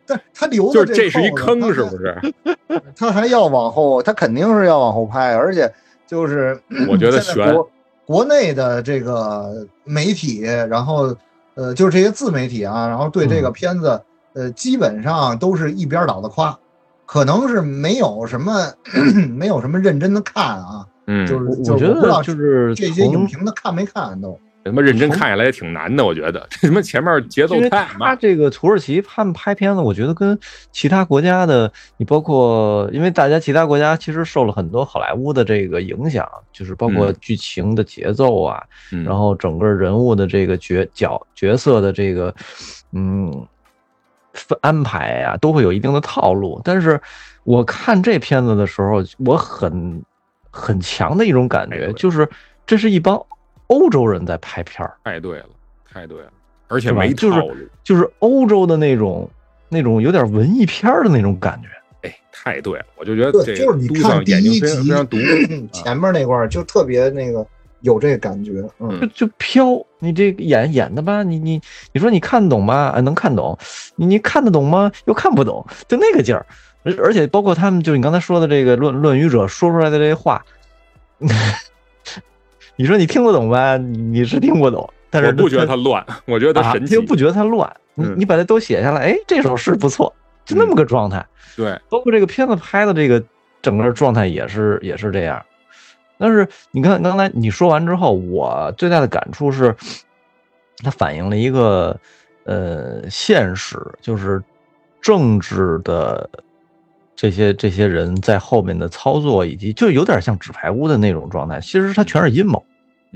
Speaker 5: 但他留
Speaker 4: 就是
Speaker 5: 的
Speaker 4: 这是一
Speaker 5: 扣
Speaker 4: 坑，
Speaker 5: 子他
Speaker 4: 是不是？
Speaker 2: 他还要往后，他肯定是要往后拍，而且就是
Speaker 4: 我觉得
Speaker 2: 现在
Speaker 4: 悬
Speaker 2: 国
Speaker 5: 国内的这个媒体，然后呃，就是这些自媒体啊，然后对这个片子，呃，基本上都是一边倒的夸，可能是没有什么 没有什么认真的看啊，
Speaker 4: 嗯，
Speaker 5: 就是
Speaker 6: 我
Speaker 5: 就
Speaker 6: 我觉
Speaker 5: 是不知
Speaker 6: 得
Speaker 5: 道
Speaker 6: 就是
Speaker 5: 这些影
Speaker 6: 从
Speaker 5: 评的看没看都，
Speaker 4: 他妈认真看下来也挺难的，我觉得 这他妈前面节奏
Speaker 6: 因为
Speaker 4: 太
Speaker 6: 他
Speaker 4: 慢，
Speaker 6: 这个土耳其他们拍片子，我觉得跟其他国家的，你包括，因为大家其他国家其实受了很多好莱坞的这个影响，就是包括
Speaker 4: 嗯
Speaker 6: 剧情的节奏啊，
Speaker 4: 嗯
Speaker 6: 然后整个人物的这个角角角色的这个，嗯，分安排呀、都会有一定的套路。但是我看这片子的时候，我很很强的一种感
Speaker 4: 哎
Speaker 6: 觉
Speaker 4: 对
Speaker 6: 就是，这是一帮欧洲人在拍片儿。
Speaker 4: 太对了，太对了，而且
Speaker 6: 是吧
Speaker 4: 没套
Speaker 6: 就是
Speaker 4: 路，
Speaker 6: 就是欧洲的那种那种有点文艺片儿的那种感觉。
Speaker 4: 哎，太对了，我就觉得这
Speaker 5: 对，就是
Speaker 4: 个
Speaker 5: 你
Speaker 4: 都
Speaker 5: 看
Speaker 4: 上
Speaker 5: 第
Speaker 4: 眼睛
Speaker 5: 一
Speaker 4: 非常非
Speaker 5: 集
Speaker 4: 常毒，啊
Speaker 5: 前面那块儿就特别那个有这感觉，嗯
Speaker 4: 嗯，
Speaker 6: 就飘，你这个演演的吧，你你你说你看得懂吗？啊，能看懂，你你看得懂吗？又看不懂，就那个劲儿。而而且包括他们，就是你刚才说的这个论论语者说出来的这些话， 你说你听得懂吧？你你是听不懂，但是
Speaker 4: 我不觉得他乱，我觉得他
Speaker 6: 啊
Speaker 4: 神
Speaker 6: 你
Speaker 4: 奇
Speaker 6: 又，不觉得它乱，你
Speaker 4: 嗯
Speaker 6: 你把它都写下来，哎，这首诗不错，就那么个状态。
Speaker 4: 对，
Speaker 6: 包括这个片子拍的这个整个状态也是也是这样。但是你看刚才你说完之后，我最大的感触是，它反映了一个呃现实，就是政治的这些这些人在后面的操作，以及就有点像纸牌屋的那种状态。其实它全是阴谋，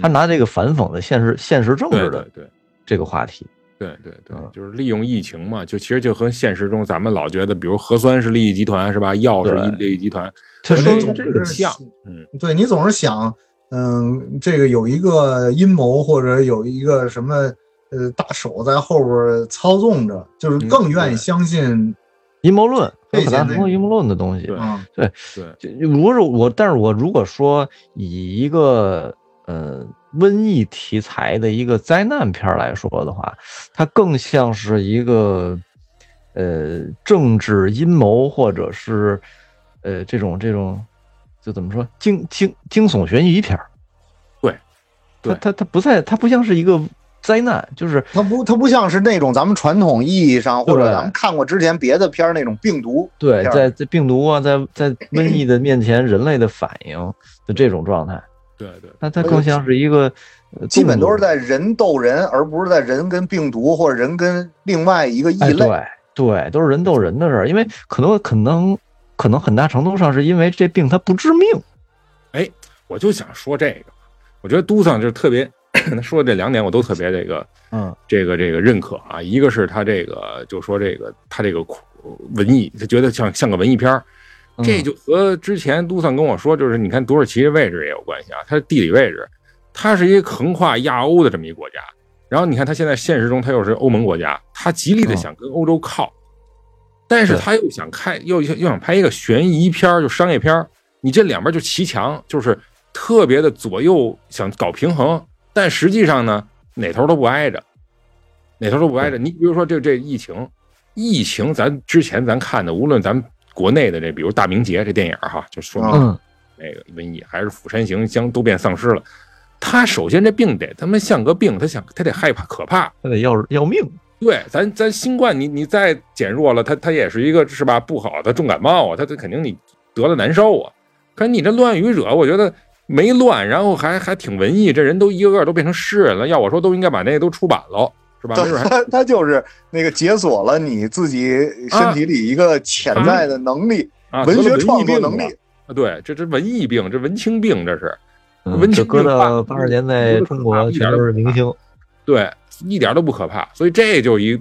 Speaker 6: 他拿这个反讽的现实现实政
Speaker 4: 对
Speaker 6: 治
Speaker 4: 嗯对
Speaker 6: 的
Speaker 4: 对。
Speaker 6: 这个话题。
Speaker 4: 对对对
Speaker 6: 嗯，
Speaker 4: 就是利用疫情嘛，就其实就和现实中咱们老觉得，比如核酸是利益集团是吧，药是
Speaker 6: 对
Speaker 4: 利益集团，
Speaker 6: 他
Speaker 5: 我
Speaker 6: 说
Speaker 5: 那
Speaker 4: 这
Speaker 5: 种
Speaker 4: 这个
Speaker 5: 是
Speaker 4: 像，嗯，
Speaker 5: 对你总是想，嗯，这个有一个阴谋或者有一个什么呃大手在后边儿操纵着，就是
Speaker 4: 嗯
Speaker 5: 更愿
Speaker 4: 对
Speaker 5: 意相信
Speaker 6: 阴谋论，有
Speaker 5: 这些
Speaker 6: 很大
Speaker 5: 内
Speaker 6: 程度
Speaker 5: 容
Speaker 6: 阴谋论的东西。
Speaker 4: 对
Speaker 5: 啊，
Speaker 4: 对，
Speaker 6: 就如果是我，但是我如果说以一个呃瘟疫题材的一个灾难片儿来说的话，它更像是一个呃政治阴谋，或者是呃这种这种就怎么说惊惊惊悚悬疑片儿。
Speaker 4: 对，
Speaker 6: 它
Speaker 4: 对
Speaker 6: 它它不在，它不像是一个灾难，就是
Speaker 2: 它不它不像是那种咱们传统意义上或者
Speaker 6: 对
Speaker 2: 咱们看过之前别的片儿那种病毒，
Speaker 6: 对
Speaker 2: 片儿
Speaker 6: 在在病毒啊，在在瘟疫的面前，人类的反应的这种状态。
Speaker 4: 对对
Speaker 6: 那它
Speaker 2: 而且
Speaker 6: 更像是一个，呃
Speaker 2: 基本都是
Speaker 6: 动作
Speaker 2: 在人斗人，而不是在人跟病毒或者人跟另外一个异
Speaker 6: 哎，
Speaker 2: 类。
Speaker 6: 对对，都是人斗人的事儿，因为可能可能可能很大程度上是因为这病它不致命，
Speaker 4: 我就想说这个，我觉得都桑就是特别， 他说的这两点我都特别这个，
Speaker 6: 嗯，
Speaker 4: 这个这个认可啊，一个是他这个就说这个他这个苦文艺，他觉得像像个文艺片儿，
Speaker 6: 嗯
Speaker 4: 这就和之前都桑跟我说，就是你看土耳其位置也有关系啊，它的地理位置，它是一个横跨亚欧的这么一国家，然后你看它现在现实中它又是欧盟国家，它极力的
Speaker 6: 嗯
Speaker 4: 想跟欧洲靠，但是
Speaker 6: 对
Speaker 4: 他又想开又又想拍一个悬疑片儿，就商业片儿，你这两边就骑墙，就是特别的左右想搞平衡，但实际上呢，哪头都不挨着，哪头都不挨着。你比如说这这疫情，疫情咱之前咱看的，无论咱们国内的这，比如《大明劫》这电影儿哈，就说明
Speaker 6: 嗯，
Speaker 4: 那个瘟疫，还是《釜山行》将都变丧尸了。他首先这病得他妈像个病，他想他得害怕可怕，
Speaker 6: 它得要要命，
Speaker 4: 对，咱咱新冠你你再减弱了，它它也是一个是吧不好的重感冒啊，它它肯定你得了难受啊。可是你这乱语者，我觉得没乱，然后还还挺文艺，这人都一个个都变成诗人了。要我说，都应该把那个都出版了，是吧？没准还
Speaker 2: 他他就是那个解锁了你自己身体里一个潜在的能力，
Speaker 4: 啊
Speaker 2: 文
Speaker 4: 得
Speaker 2: 学
Speaker 4: 了
Speaker 2: 创
Speaker 4: 艺
Speaker 2: 作
Speaker 4: 病
Speaker 2: 能
Speaker 4: 了
Speaker 2: 力。
Speaker 4: 啊，对，这这文艺病，这文青病，这是文
Speaker 6: 嗯这
Speaker 4: 青
Speaker 6: 搁
Speaker 4: 病吧
Speaker 6: 到八十年代中国
Speaker 4: 一
Speaker 6: 全
Speaker 4: 点都
Speaker 6: 都
Speaker 4: 不
Speaker 6: 是明 星，
Speaker 4: 对，一点都不可怕。所以这就一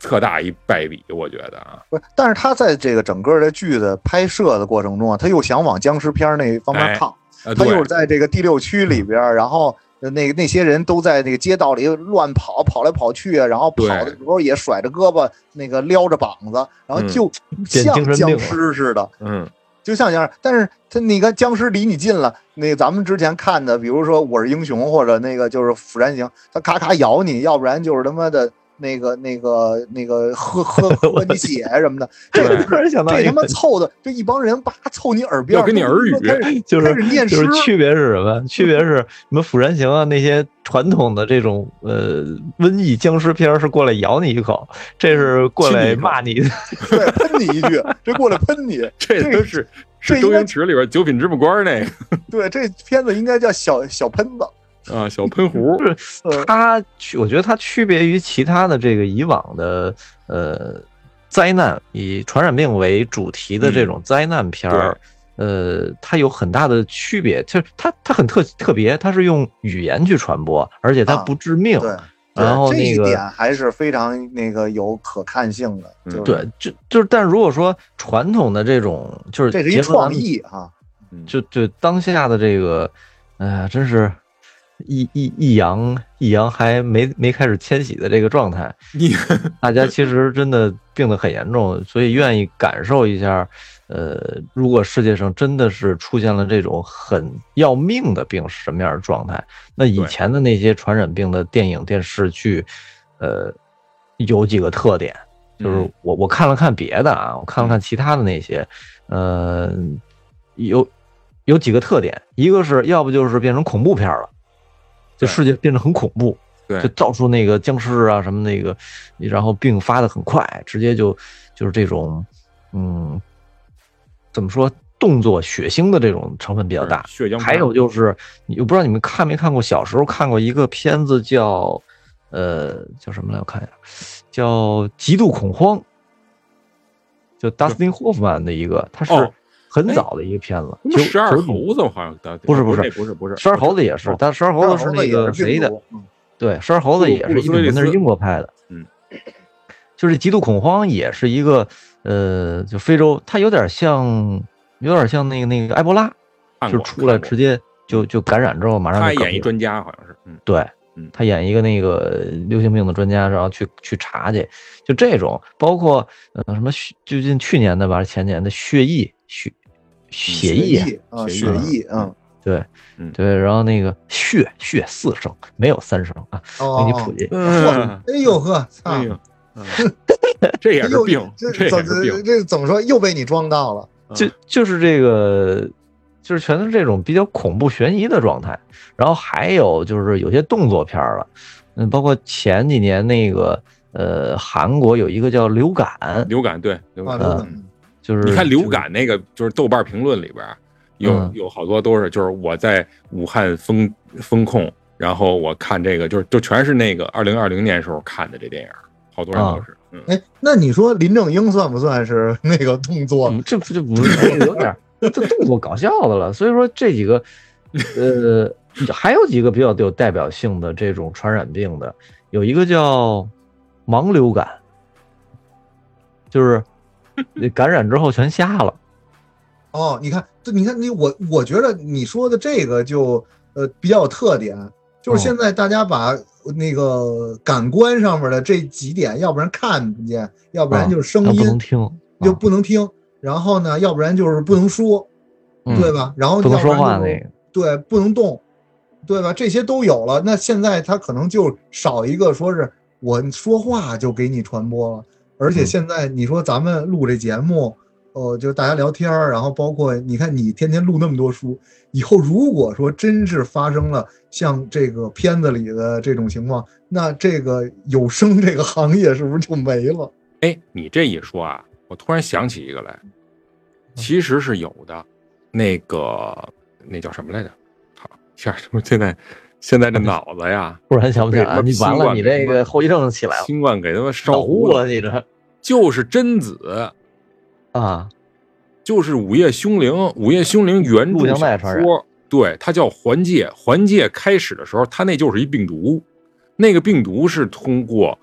Speaker 4: 特大一败笔，我觉得啊，
Speaker 2: 不是，但是他在这个整个的剧的拍摄的过程中啊，他又想往僵尸片儿那方面
Speaker 4: 哎嗯
Speaker 2: 靠，
Speaker 4: 啊，
Speaker 2: 他又
Speaker 4: 对
Speaker 2: 是在这个第六区里边儿，然后呃那个那些人都在那个街道里乱跑，跑来跑去啊，然后跑
Speaker 4: 对
Speaker 2: 的时候也甩着胳膊，那个撩着膀子，然后
Speaker 4: 嗯
Speaker 2: 就
Speaker 6: 变
Speaker 2: 像
Speaker 6: 精神病
Speaker 2: 僵
Speaker 6: 了
Speaker 2: 尸似的，
Speaker 4: 嗯
Speaker 2: 就像僵尸。但是他那个僵尸离你近了，那个咱们之前看的，比如说《我是英雄》或者那个就是《釜山行》，他咔咔咬你，要不然就是他妈的那个那个那个喝喝喝你血什么的，这个
Speaker 4: 对
Speaker 6: 突然想到
Speaker 2: 这
Speaker 6: 一
Speaker 2: 他妈
Speaker 6: 个，
Speaker 2: 凑的，这一帮人叭凑你耳边，
Speaker 4: 要跟你耳语
Speaker 2: 开始
Speaker 6: 就
Speaker 2: 开始
Speaker 6: 是
Speaker 2: 念
Speaker 6: 就
Speaker 2: 诗
Speaker 6: 是，区别是什么？区别是什么？《釜山行》啊，那些传统的这种呃瘟疫僵尸片儿是过来咬你一口，这是过
Speaker 4: 亲你一
Speaker 6: 来
Speaker 4: 口
Speaker 6: 骂你的。
Speaker 2: 对，喷你一句，这过来喷你，
Speaker 4: 这
Speaker 2: 这
Speaker 4: 都
Speaker 2: 个
Speaker 4: 是
Speaker 2: 这
Speaker 4: 是
Speaker 2: 应
Speaker 4: 周
Speaker 2: 该
Speaker 4: 星驰里边九品芝麻官那个
Speaker 2: 对，这片子应该叫小小喷子，
Speaker 4: 啊，小喷壶。
Speaker 2: 呃，
Speaker 6: 它区，我觉得它区别于其他的这个以往的呃灾难，以传染病为主题的
Speaker 2: 嗯
Speaker 6: 这种灾难片儿，呃，它有很大的区别，就是它它很特特别，它是用语言去传播，而且它
Speaker 2: 啊
Speaker 6: 不致
Speaker 4: 嗯
Speaker 6: 命。
Speaker 2: 对。
Speaker 6: 然后
Speaker 2: 对
Speaker 6: 那
Speaker 2: 这一
Speaker 6: 个
Speaker 2: 点啊还是非常那个有可看性的，
Speaker 4: 嗯
Speaker 2: 就是
Speaker 6: 对，就就是，但如果说传统的这种，就是
Speaker 2: 这是一
Speaker 6: 结合咱
Speaker 2: 创
Speaker 6: 们
Speaker 2: 意哈，
Speaker 6: 就就当下的这个，哎、呀，真是一一一阳一阳还没没开始迁徙的这个状态，
Speaker 4: 你
Speaker 6: 大家其实真的病得很严重，所以愿意感受一下，呃，如果世界上真的是出现了这种很要命的病是什么样的状态？那以
Speaker 4: 对
Speaker 6: 前的那些传染病的电影电视剧，呃，有几个特点，就是
Speaker 4: 嗯
Speaker 6: 我我看了看别的啊，我看了看其他的那些，呃，有有几个特点，一个是要不就是变成恐怖片了，就
Speaker 4: 对
Speaker 6: 世界变得很恐怖，
Speaker 4: 对
Speaker 6: 就到处那个僵尸啊什么那个，然后病发的很快，直接就就是这种，嗯，怎么说，动作血腥的这种成分比较大。
Speaker 4: 血浆
Speaker 6: 还有就是，你我不知道你们看没看过，小时候看过一个片子叫，呃，叫什么来？我看一下，叫《极度恐慌》，就 Dustin Hoffman 的一个，它是
Speaker 4: 哦
Speaker 6: 很早的一个片子，九
Speaker 4: 十二
Speaker 6: 九几
Speaker 4: 猴子好像得
Speaker 6: 不是不是
Speaker 4: 那不是不是哦
Speaker 6: 十二猴子也是，但十二猴子是那个谁的？
Speaker 2: 嗯
Speaker 6: 对，十二猴子也
Speaker 4: 布
Speaker 6: 是
Speaker 4: 鲁
Speaker 6: 一
Speaker 4: 斯
Speaker 6: 九
Speaker 4: 威利
Speaker 6: 那是
Speaker 4: 斯
Speaker 6: 英国拍的，
Speaker 4: 嗯，
Speaker 6: 就是《极度恐慌》也是一个呃，就非洲，它有点像，有点像那个那个埃博拉，
Speaker 4: 看
Speaker 6: 就
Speaker 4: 过
Speaker 6: 出来
Speaker 4: 看过
Speaker 6: 直接就就感染之后马上
Speaker 4: 嗯他还
Speaker 6: 就
Speaker 4: 演
Speaker 6: 嗝
Speaker 4: 一
Speaker 6: 病
Speaker 4: 专家，好像是，嗯，
Speaker 6: 对
Speaker 4: 嗯，
Speaker 6: 他演一个那个流行病的专家，然后去去查去，就这种，包括呃什么血最近去年的吧，前年的血疫血血疫啊，
Speaker 2: 啊，
Speaker 4: 嗯血
Speaker 2: 血
Speaker 4: 液
Speaker 2: 液，
Speaker 5: 哦
Speaker 2: 嗯，
Speaker 6: 对
Speaker 4: 嗯
Speaker 6: 对，然后那个血血四声没有三声啊，给你普
Speaker 5: 哦，
Speaker 6: 及，
Speaker 4: 嗯，
Speaker 5: 哎呦呵，操！
Speaker 4: 哎呀，嗯这也是
Speaker 5: 又
Speaker 4: 病，
Speaker 5: 这
Speaker 4: 这也
Speaker 5: 怎
Speaker 4: 是
Speaker 5: 这
Speaker 4: 病，
Speaker 5: 这怎么说？又被你装到了。
Speaker 4: 啊
Speaker 6: 就就是这个，就是全是这种比较恐怖悬疑的状态。然后还有就是有些动作片儿了，嗯，包括前几年那个呃，韩国有一个叫《流感》，
Speaker 4: 流感对流
Speaker 5: 啊
Speaker 4: 感，
Speaker 5: 刘总
Speaker 4: 嗯
Speaker 6: 就是
Speaker 4: 你看流
Speaker 6: 就
Speaker 4: 感那个就是豆瓣评论里边儿有
Speaker 6: 嗯
Speaker 4: 有好多都是就是我在武汉封封控，然后我看这个就是就全是那个二零二零年时候看的这电影儿，好多人
Speaker 6: 啊
Speaker 4: 都是，嗯，
Speaker 5: 哎，那你说林正英算不算是那个动作？
Speaker 6: 嗯，这不这不是这个有点儿这动作搞笑的了。所以说这几个，呃，还有几个比较有代表性的这种传染病的，有一个叫盲流感， 就是你感染之后全瞎了。
Speaker 5: 哦，你看，这你看你我，我觉得你说的这个就呃比较有特点，就是
Speaker 6: 嗯
Speaker 5: 现在大家把那个感官上面的这几点，要不然看不见，要不然就是声
Speaker 6: 哦他不能
Speaker 5: 音
Speaker 6: 听，
Speaker 5: 就
Speaker 6: 啊
Speaker 5: 不能听，然后呢，要不然就是不能说，
Speaker 6: 嗯
Speaker 5: 对吧？然后
Speaker 6: 不能
Speaker 5: 要
Speaker 6: 说
Speaker 5: 然
Speaker 6: 话
Speaker 5: 就
Speaker 6: 那
Speaker 5: 是
Speaker 6: 个，
Speaker 5: 对，不能动，对吧？这些都有了，那现在他可能就少一个说是我说话就给你传播了，而且
Speaker 6: 嗯
Speaker 5: 现在你说咱们录这节目，哦、就大家聊天儿，然后包括你看你天天录那么多书，以后如果说真是发生了像这个片子里的这种情况，那这个有声这个行业是不是就没了？
Speaker 4: 哎，你这一说啊，我突然想起一个
Speaker 6: 嗯
Speaker 4: 来，其实是有的，那个那叫什么来着？好，一下我现在现
Speaker 6: 嗯
Speaker 4: 在这脑子呀，
Speaker 6: 突然想不起
Speaker 4: 被
Speaker 6: 来
Speaker 4: 什么
Speaker 6: 了，你完
Speaker 4: 新
Speaker 6: 了，
Speaker 4: 冠
Speaker 6: 你
Speaker 4: 给
Speaker 6: 这
Speaker 4: 他
Speaker 6: 个
Speaker 4: 妈
Speaker 6: 后遗症起来了，
Speaker 4: 新冠给他们烧
Speaker 6: 脑
Speaker 4: 糊
Speaker 6: 雾了，你这
Speaker 4: 就是贞子，
Speaker 6: 啊，
Speaker 4: 就是《午夜凶铃》，《午夜凶铃》原
Speaker 6: 陆
Speaker 4: 著
Speaker 6: 江
Speaker 4: 小
Speaker 6: 代传人
Speaker 4: 说，对，它叫《环界》。环界开始的时候，它那就是一病毒，那个病毒是通过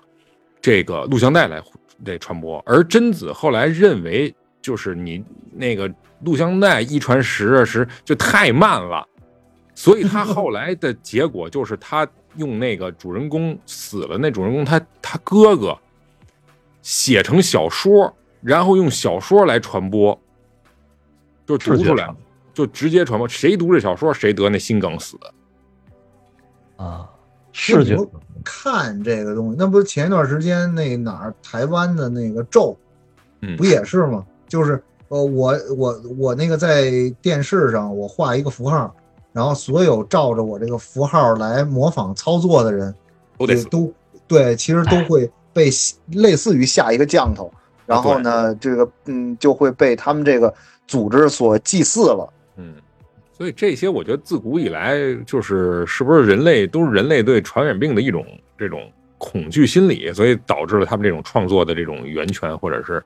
Speaker 4: 这个录像带来这传播，而贞子后来认为，就是你那个录像带一传十啊，十就太慢了，所以他后来的结果就是他用那个主人公死了，那主人公他他哥哥写成小说，然后用小说来传播，就读
Speaker 6: 视觉
Speaker 4: 出来
Speaker 6: 上，
Speaker 4: 就直接传播，谁读这小说谁得那心梗死。
Speaker 6: 啊，视觉
Speaker 5: 那你看这个东西，那不是前一段时间那哪儿台湾的那个咒，
Speaker 4: 嗯
Speaker 5: 不也是吗？就是呃，我我我那个在电视上我画一个符号，然后所有照着我这个符号来模仿操作的人，
Speaker 4: 都得
Speaker 5: 也
Speaker 4: 死，
Speaker 5: 都对，其实
Speaker 2: 哎
Speaker 5: 都会
Speaker 2: 被类似于下一个降头，然后呢，这个嗯就会被他们这个组织所祭祀了。
Speaker 4: 嗯，所以这些我觉得自古以来就是是不是人类都是人类对传染病的一种这种恐惧心理，所以导致了他们这种创作的这种源泉或者是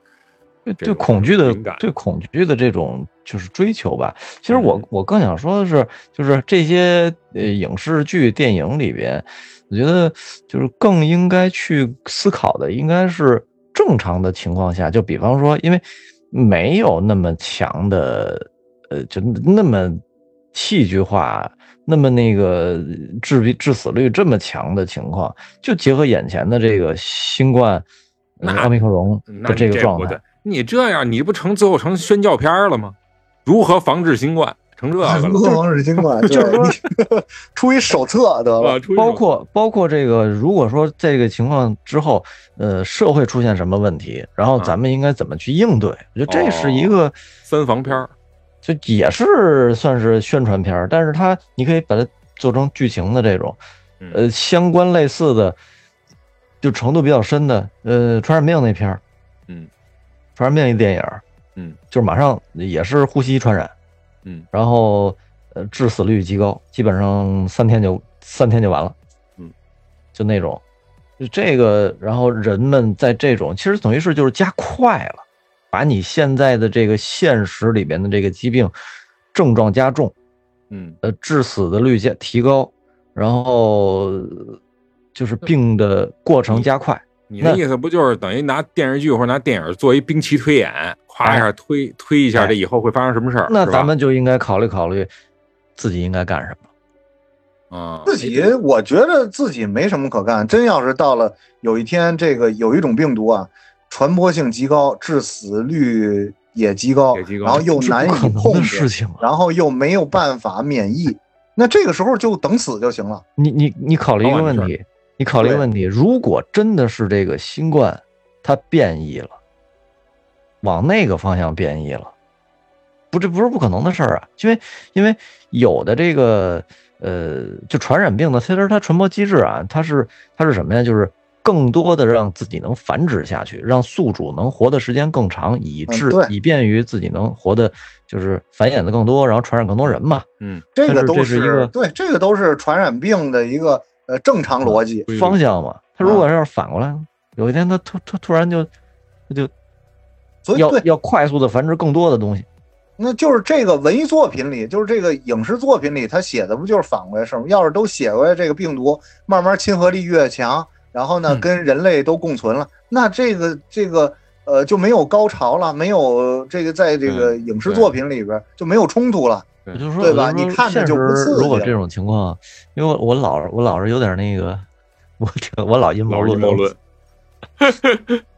Speaker 6: 对
Speaker 4: 这种
Speaker 6: 对恐惧的
Speaker 4: 敏感
Speaker 6: 对恐惧的这种就是追求吧。其实我
Speaker 4: 嗯
Speaker 6: 我更想说的是，就是这些呃影视剧、电影里边，我觉得就是更应该去思考的，应该是正常的情况下，就比方说，因为没有那么强的呃，就那么戏剧化。那么那个致病致死率这么强的情况，就结合眼前的这个新冠呃
Speaker 4: 那
Speaker 6: 奥密克戎
Speaker 4: 嗯那
Speaker 6: 的这
Speaker 4: 你
Speaker 6: 个
Speaker 4: 这
Speaker 6: 状
Speaker 4: 不
Speaker 6: 态
Speaker 4: 对，，你这样你不成最后成宣教片了吗？如何防治新冠成这个
Speaker 5: 如
Speaker 4: 了？
Speaker 5: 何防止新冠，
Speaker 2: 就
Speaker 5: 就是是
Speaker 2: 说， 你出一手册得了
Speaker 4: 啊，。出于
Speaker 6: 包括包括这个，如果说这个情况之后，呃，社会出现什么问题，然后
Speaker 4: 啊
Speaker 6: 咱们应该怎么去应对？我觉得这是一个，
Speaker 4: 三防片儿
Speaker 6: 就也是算是宣传片儿，但是它你可以把它做成剧情的这种，
Speaker 4: 嗯
Speaker 6: 呃，相关类似的，就程度比较深的，呃，传染病那片儿，
Speaker 4: 嗯，
Speaker 6: 传染病一电影儿，
Speaker 4: 嗯，
Speaker 6: 就是马上也是呼吸传染，
Speaker 4: 嗯，
Speaker 6: 然后呃致死率极高，基本上三天就三天就完了，
Speaker 4: 嗯，
Speaker 6: 就那种，就这个，然后人们在这种其实等于是就是加快了，把你现在的这个现实里边的这个疾病症状加重，
Speaker 4: 嗯
Speaker 6: 呃，致死的率加提高，然后呃就是病的过程加快，
Speaker 4: 你的
Speaker 6: 那
Speaker 4: 意思不就是等于拿电视剧或者拿电影做一兵棋推演，夸一下推推一下，
Speaker 6: 哎
Speaker 4: 这以后会发生什么事儿？
Speaker 6: 那
Speaker 4: 嗯是吧
Speaker 6: 咱们就应该考虑考虑自己应该干什么。
Speaker 4: 啊，
Speaker 2: 自己，我觉得自己没什么可干。真要是到了有一天，这个有一种病毒啊，传播性极高，致死率也极高，
Speaker 4: 也极高
Speaker 2: 然后又
Speaker 6: 这
Speaker 2: 难
Speaker 6: 不可
Speaker 2: 以
Speaker 6: 能
Speaker 2: 哎控
Speaker 6: 的
Speaker 2: 制
Speaker 6: 事，情啊！
Speaker 2: 然后又没有办法免疫，那这个时候就等死就行了。
Speaker 6: 你你你考虑一个
Speaker 4: 早晚
Speaker 6: 问
Speaker 4: 的事
Speaker 6: 题，你考虑一个
Speaker 2: 对
Speaker 6: 问题，如果真的是这个新冠它变异了，往那个方向变异了，不这不是不可能的事儿啊，因为因为有的这个呃，就传染病的，其实它传播机制啊，它是它是什么呀？就是更多的让自己能繁殖下去，让宿主能活的时间更长，以
Speaker 2: 嗯
Speaker 6: 致
Speaker 2: 对
Speaker 6: 以便于自己能活的，就是繁衍的更多，然后传染更多人嘛。
Speaker 4: 嗯，
Speaker 2: 这
Speaker 6: 但
Speaker 2: 个
Speaker 6: 是
Speaker 2: 都
Speaker 6: 这是一个
Speaker 2: 对，这个都是传染病的一个呃正常逻辑。
Speaker 4: 规律
Speaker 6: 方向嘛。他如果
Speaker 2: 啊
Speaker 6: 要是反过来呢，有一天他突突突然就就
Speaker 2: 所以
Speaker 6: 要
Speaker 2: 对，
Speaker 6: 要快速的繁殖更多的东西，
Speaker 2: 那就是这个文艺作品里，就是这个影视作品里，他写的不就是反过来事儿吗？要是都写过来，这个病毒慢慢亲和力越强，然后呢
Speaker 6: 嗯
Speaker 2: 跟人类都共存了，那这个这个呃就没有高潮了，没有这个在这个影视
Speaker 4: 对
Speaker 2: 作品里边就没有冲突了。
Speaker 4: 对
Speaker 6: 我就说
Speaker 2: 嗯对吧
Speaker 6: 我说
Speaker 2: 你看着
Speaker 6: 现
Speaker 2: 就不
Speaker 6: 实
Speaker 2: 刺激
Speaker 6: 如果
Speaker 2: 了
Speaker 6: 这种情况，因为我我老我老是有点那个， 我这我老阴谋
Speaker 4: 老是阴
Speaker 6: 论，
Speaker 4: 谋论，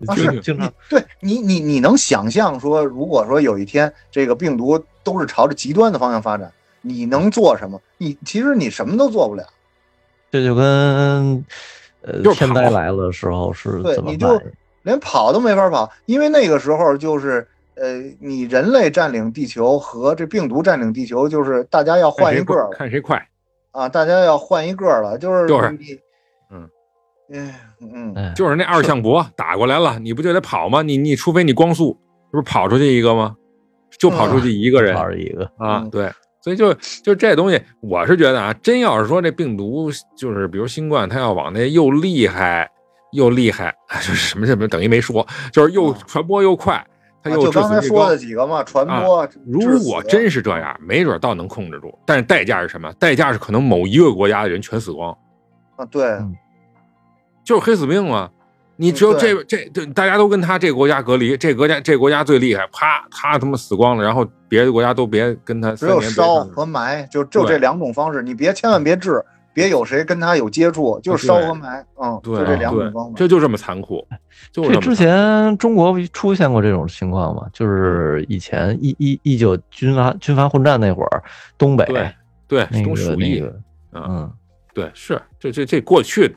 Speaker 2: 啊
Speaker 6: 就是经常
Speaker 2: 对你，你你能想象说，如果说有一天这个病毒都是朝着极端的方向发展，你能做什么？你其实你什么都做不了。
Speaker 6: 这就跟呃
Speaker 4: 就是
Speaker 6: 天
Speaker 4: 跑
Speaker 6: 灾来了的时候是
Speaker 2: 对
Speaker 6: 怎么
Speaker 2: 你就
Speaker 6: 办？
Speaker 2: 连跑都没法跑，因为那个时候就是，呃，你人类占领地球和这病毒占领地球，就是大家要换
Speaker 4: 看
Speaker 2: 一
Speaker 4: 谁
Speaker 2: 个
Speaker 4: 快
Speaker 2: 了
Speaker 4: 看谁快，
Speaker 2: 啊，大家要换一个了，就是
Speaker 4: 哎就是
Speaker 2: 你，
Speaker 4: 嗯，
Speaker 2: 哎，嗯，
Speaker 6: 嗯，
Speaker 4: 就是那二向箔打过来了，你不就得跑吗？你你除非你光速，这不是跑出去一个吗？就跑
Speaker 6: 啊
Speaker 4: 出去一个人
Speaker 6: 跑着一个
Speaker 4: 啊
Speaker 2: 嗯，
Speaker 4: 对，所以就就这东西，我是觉得啊，真要是说这病毒就是比如新冠，它要往那又厉害又厉害，哎就是什么什么等于没说，就是又
Speaker 2: 啊
Speaker 4: 传播又快，它
Speaker 2: 啊
Speaker 4: 又
Speaker 2: 就
Speaker 4: 致
Speaker 2: 刚才
Speaker 4: 死率
Speaker 2: 说
Speaker 4: 高啊
Speaker 2: 的。几个嘛，传播、
Speaker 4: 如果真是这样，没准倒能控制住，但是代价是什么？代价是可能某一个国家的人全死光，
Speaker 2: 啊，对，
Speaker 6: 嗯
Speaker 4: 就是黑死病嘛。啊你只有
Speaker 5: 嗯
Speaker 4: 这
Speaker 5: 对
Speaker 4: 这这大家都跟他这个国家隔离，这个国家这个国家最厉害，啪，他他妈死光了，然后别的国家都别跟他
Speaker 5: 只
Speaker 4: 三
Speaker 5: 有
Speaker 4: 年别上
Speaker 5: 烧和
Speaker 2: 哎
Speaker 5: 埋，就就
Speaker 4: 对
Speaker 5: 这两种方式，你别千万别治，别有谁跟他有接触，就是烧
Speaker 4: 啊对
Speaker 5: 和埋，嗯，
Speaker 4: 对啊
Speaker 5: 就这两种
Speaker 4: 对
Speaker 5: 方，法。
Speaker 4: 这就这么残酷，就这
Speaker 6: 这
Speaker 4: 么
Speaker 6: 之前中国不出现过这种情况吗？就是以前一一一九军阀军阀混战那会儿，东北
Speaker 4: 对对
Speaker 6: 那
Speaker 4: 东
Speaker 6: 个
Speaker 4: 鼠
Speaker 6: 那
Speaker 4: 疫，
Speaker 6: 个，
Speaker 4: 嗯
Speaker 6: 嗯，
Speaker 4: 对，是这这这过去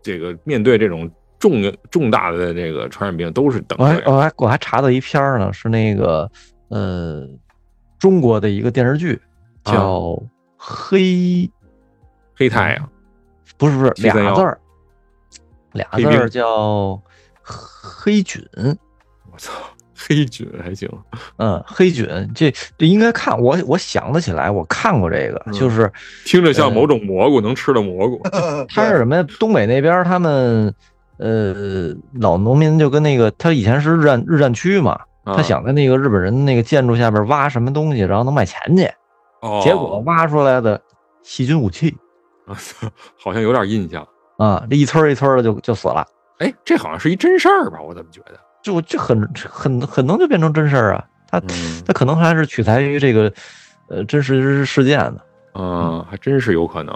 Speaker 4: 这个面对这种重重大的这个传染病都是等
Speaker 6: 我还
Speaker 4: 着
Speaker 6: 我还我还查到一篇儿呢，是那个呃中国的一个电视剧
Speaker 4: 啊
Speaker 6: 叫《黑
Speaker 4: 黑太阳，
Speaker 6: 不是不是
Speaker 4: 七
Speaker 6: 俩
Speaker 4: 三幺
Speaker 6: 字儿，俩
Speaker 4: 黑
Speaker 6: 字
Speaker 4: 冰
Speaker 6: 儿叫黑菌。
Speaker 4: 我操，黑菌还行，
Speaker 6: 嗯，黑菌这这应该看我我想得起来，我看过这个，
Speaker 4: 嗯
Speaker 6: 就是
Speaker 4: 听着
Speaker 6: 嗯
Speaker 4: 像某种蘑菇能吃的蘑 菇，
Speaker 6: 它是什么呀？东北那边儿他们呃老农民就跟那个他以前是日战日战区嘛，
Speaker 4: 啊
Speaker 6: 他想在那个日本人那个建筑下边挖什么东西，然后能卖钱去，
Speaker 4: 哦，
Speaker 6: 结果挖出来的细菌武器
Speaker 4: 我操 好像有点印象，
Speaker 6: 啊，这一村儿一村儿的就就死了，
Speaker 4: 哎，这好像是一真事儿吧？我怎么觉得？
Speaker 6: 就这很很很能就变成真事儿啊，他
Speaker 4: 嗯
Speaker 6: 他可能还是取材于这个呃真实事件的。
Speaker 4: 啊，还真是有可能，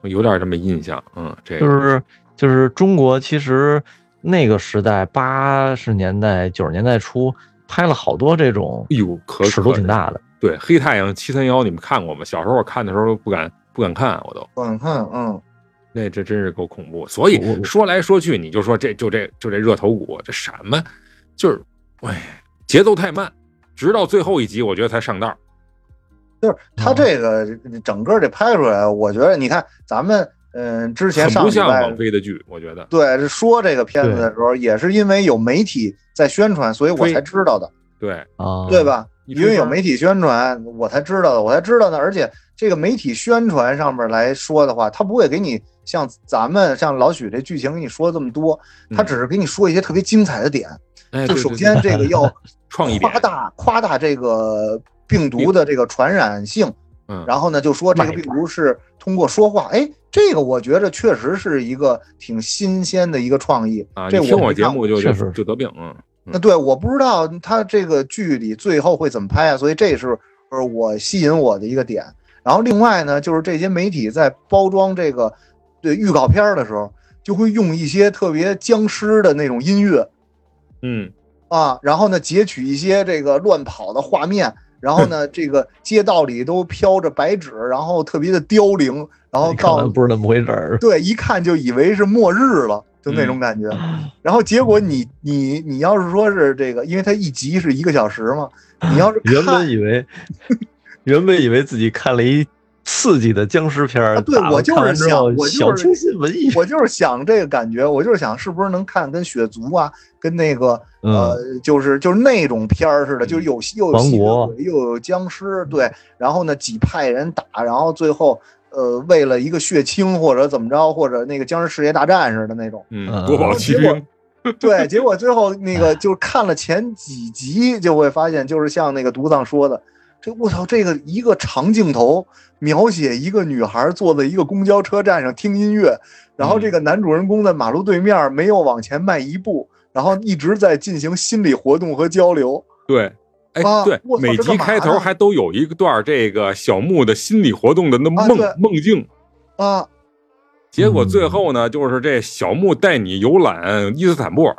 Speaker 4: 我有点这么印象。嗯，这
Speaker 6: 就
Speaker 4: 个
Speaker 6: 是就是中国其实那个时代八十年代九十年代初拍了好多这种
Speaker 4: 哎呦，可
Speaker 6: 尺度
Speaker 4: 可
Speaker 6: 挺大的，
Speaker 4: 对，《黑太阳七三幺》你们看过吗？小时候我看的时候都不敢不敢看，我都
Speaker 5: 嗯，看，嗯，
Speaker 4: 那这真是够恐怖。所以
Speaker 6: 我我
Speaker 4: 说来说去，你就说这就这就这热头股，这什么就是哎，节奏太慢，直到最后一集我觉得才上道。
Speaker 5: 就是
Speaker 4: 啊
Speaker 5: 他这个整个这拍出来，我觉得你看咱们嗯、之前
Speaker 4: 很
Speaker 5: 上
Speaker 4: 不
Speaker 5: 礼
Speaker 4: 像
Speaker 5: 拜
Speaker 4: 王菲的剧，我觉得
Speaker 5: 对说这个片子的时候，也是因为有媒体在宣传，所以我
Speaker 4: 推嗯
Speaker 5: 才知道的，
Speaker 4: 对，
Speaker 6: 啊，
Speaker 5: 对？吧？
Speaker 4: 一
Speaker 5: 因为
Speaker 4: 吹
Speaker 5: 有
Speaker 4: 风
Speaker 5: 媒体宣传，我才知道的，我才知道呢。而且这个媒体宣传上面来说的话，他不会给你像咱们像老许这剧情给你说这么多，他
Speaker 4: 嗯
Speaker 5: 只是给你说一些特别精彩的点。
Speaker 4: 哎，
Speaker 5: 就
Speaker 4: 对
Speaker 5: 首
Speaker 4: 对
Speaker 5: 先
Speaker 4: 对
Speaker 5: 这个要
Speaker 4: 创意点
Speaker 5: 夸，大夸大这个病毒的这个传染性，
Speaker 4: 嗯，
Speaker 5: 然后呢就说这个
Speaker 6: 卖
Speaker 5: 病毒是通过说话，哎，这个我觉着确实是一个挺新鲜的一个创意
Speaker 4: 啊，
Speaker 5: 这
Speaker 4: 你听
Speaker 5: 我
Speaker 4: 我
Speaker 5: 没
Speaker 4: 节
Speaker 5: 看
Speaker 4: 目就
Speaker 6: 确实
Speaker 4: 就就得病，嗯，
Speaker 5: 那对，我不知道他这个剧里最后会怎么拍啊，所以这是呃我吸引我的一个点。然后另外呢，就是这些媒体在包装这个对预告片儿的时候，就会用一些特别僵尸的那种音乐
Speaker 4: 嗯，
Speaker 5: 啊，然后呢截取一些这个乱跑的画面，然后呢这个街道里都飘着白纸，然后特别的凋零，然后
Speaker 6: 你看
Speaker 5: 告
Speaker 6: 完
Speaker 5: 诉
Speaker 6: 不是那么回事儿，
Speaker 5: 对，一看就以为是末日了，就
Speaker 6: 嗯
Speaker 5: 那种感觉。 然后结果你你你要是说是这个，因为它一集是一个小时嘛，你要是
Speaker 6: 原
Speaker 5: 看
Speaker 6: 本以为原本以为自己看了一刺激的僵尸片儿，
Speaker 5: 啊对
Speaker 6: 打完
Speaker 5: 我就是
Speaker 6: 看完之后
Speaker 5: 想我就是
Speaker 6: 小清新文艺，
Speaker 5: 我就是想这个感觉，我就是想是不是能看跟血族啊，跟那个
Speaker 6: 嗯
Speaker 5: 呃，就是就是那种片儿似的，就是有又有
Speaker 6: 王
Speaker 5: 吸血
Speaker 6: 国
Speaker 5: 鬼，又有僵尸，对，然后呢几派人打，然后最后呃为了一个血清或者怎么着，或者那个僵尸世界大战似的那种。
Speaker 4: 嗯，
Speaker 6: 嗯
Speaker 4: 国宝
Speaker 5: 嗯
Speaker 4: 奇
Speaker 5: 结果
Speaker 4: 兵，
Speaker 5: 对，结果最后那个就是看了前几集，就会发现，就是像那个独藏说的，这我操，这个一个长镜头描写一个女孩坐在一个公交车站上听音乐，然
Speaker 4: 嗯
Speaker 5: 后这个男主人公在马路对面没有往前迈一步，然后一直在进行心理活动和交流。
Speaker 4: 对。哎
Speaker 5: 啊，
Speaker 4: 对
Speaker 5: 我，操
Speaker 4: 每
Speaker 5: 这
Speaker 4: 集
Speaker 5: 干嘛
Speaker 4: 开头
Speaker 5: 呢
Speaker 4: 还都有一段这个小木的心理活动的那梦
Speaker 5: 对
Speaker 4: 梦境，
Speaker 5: 啊，
Speaker 4: 结果最后呢，就是这小木带你游览伊斯坦布尔，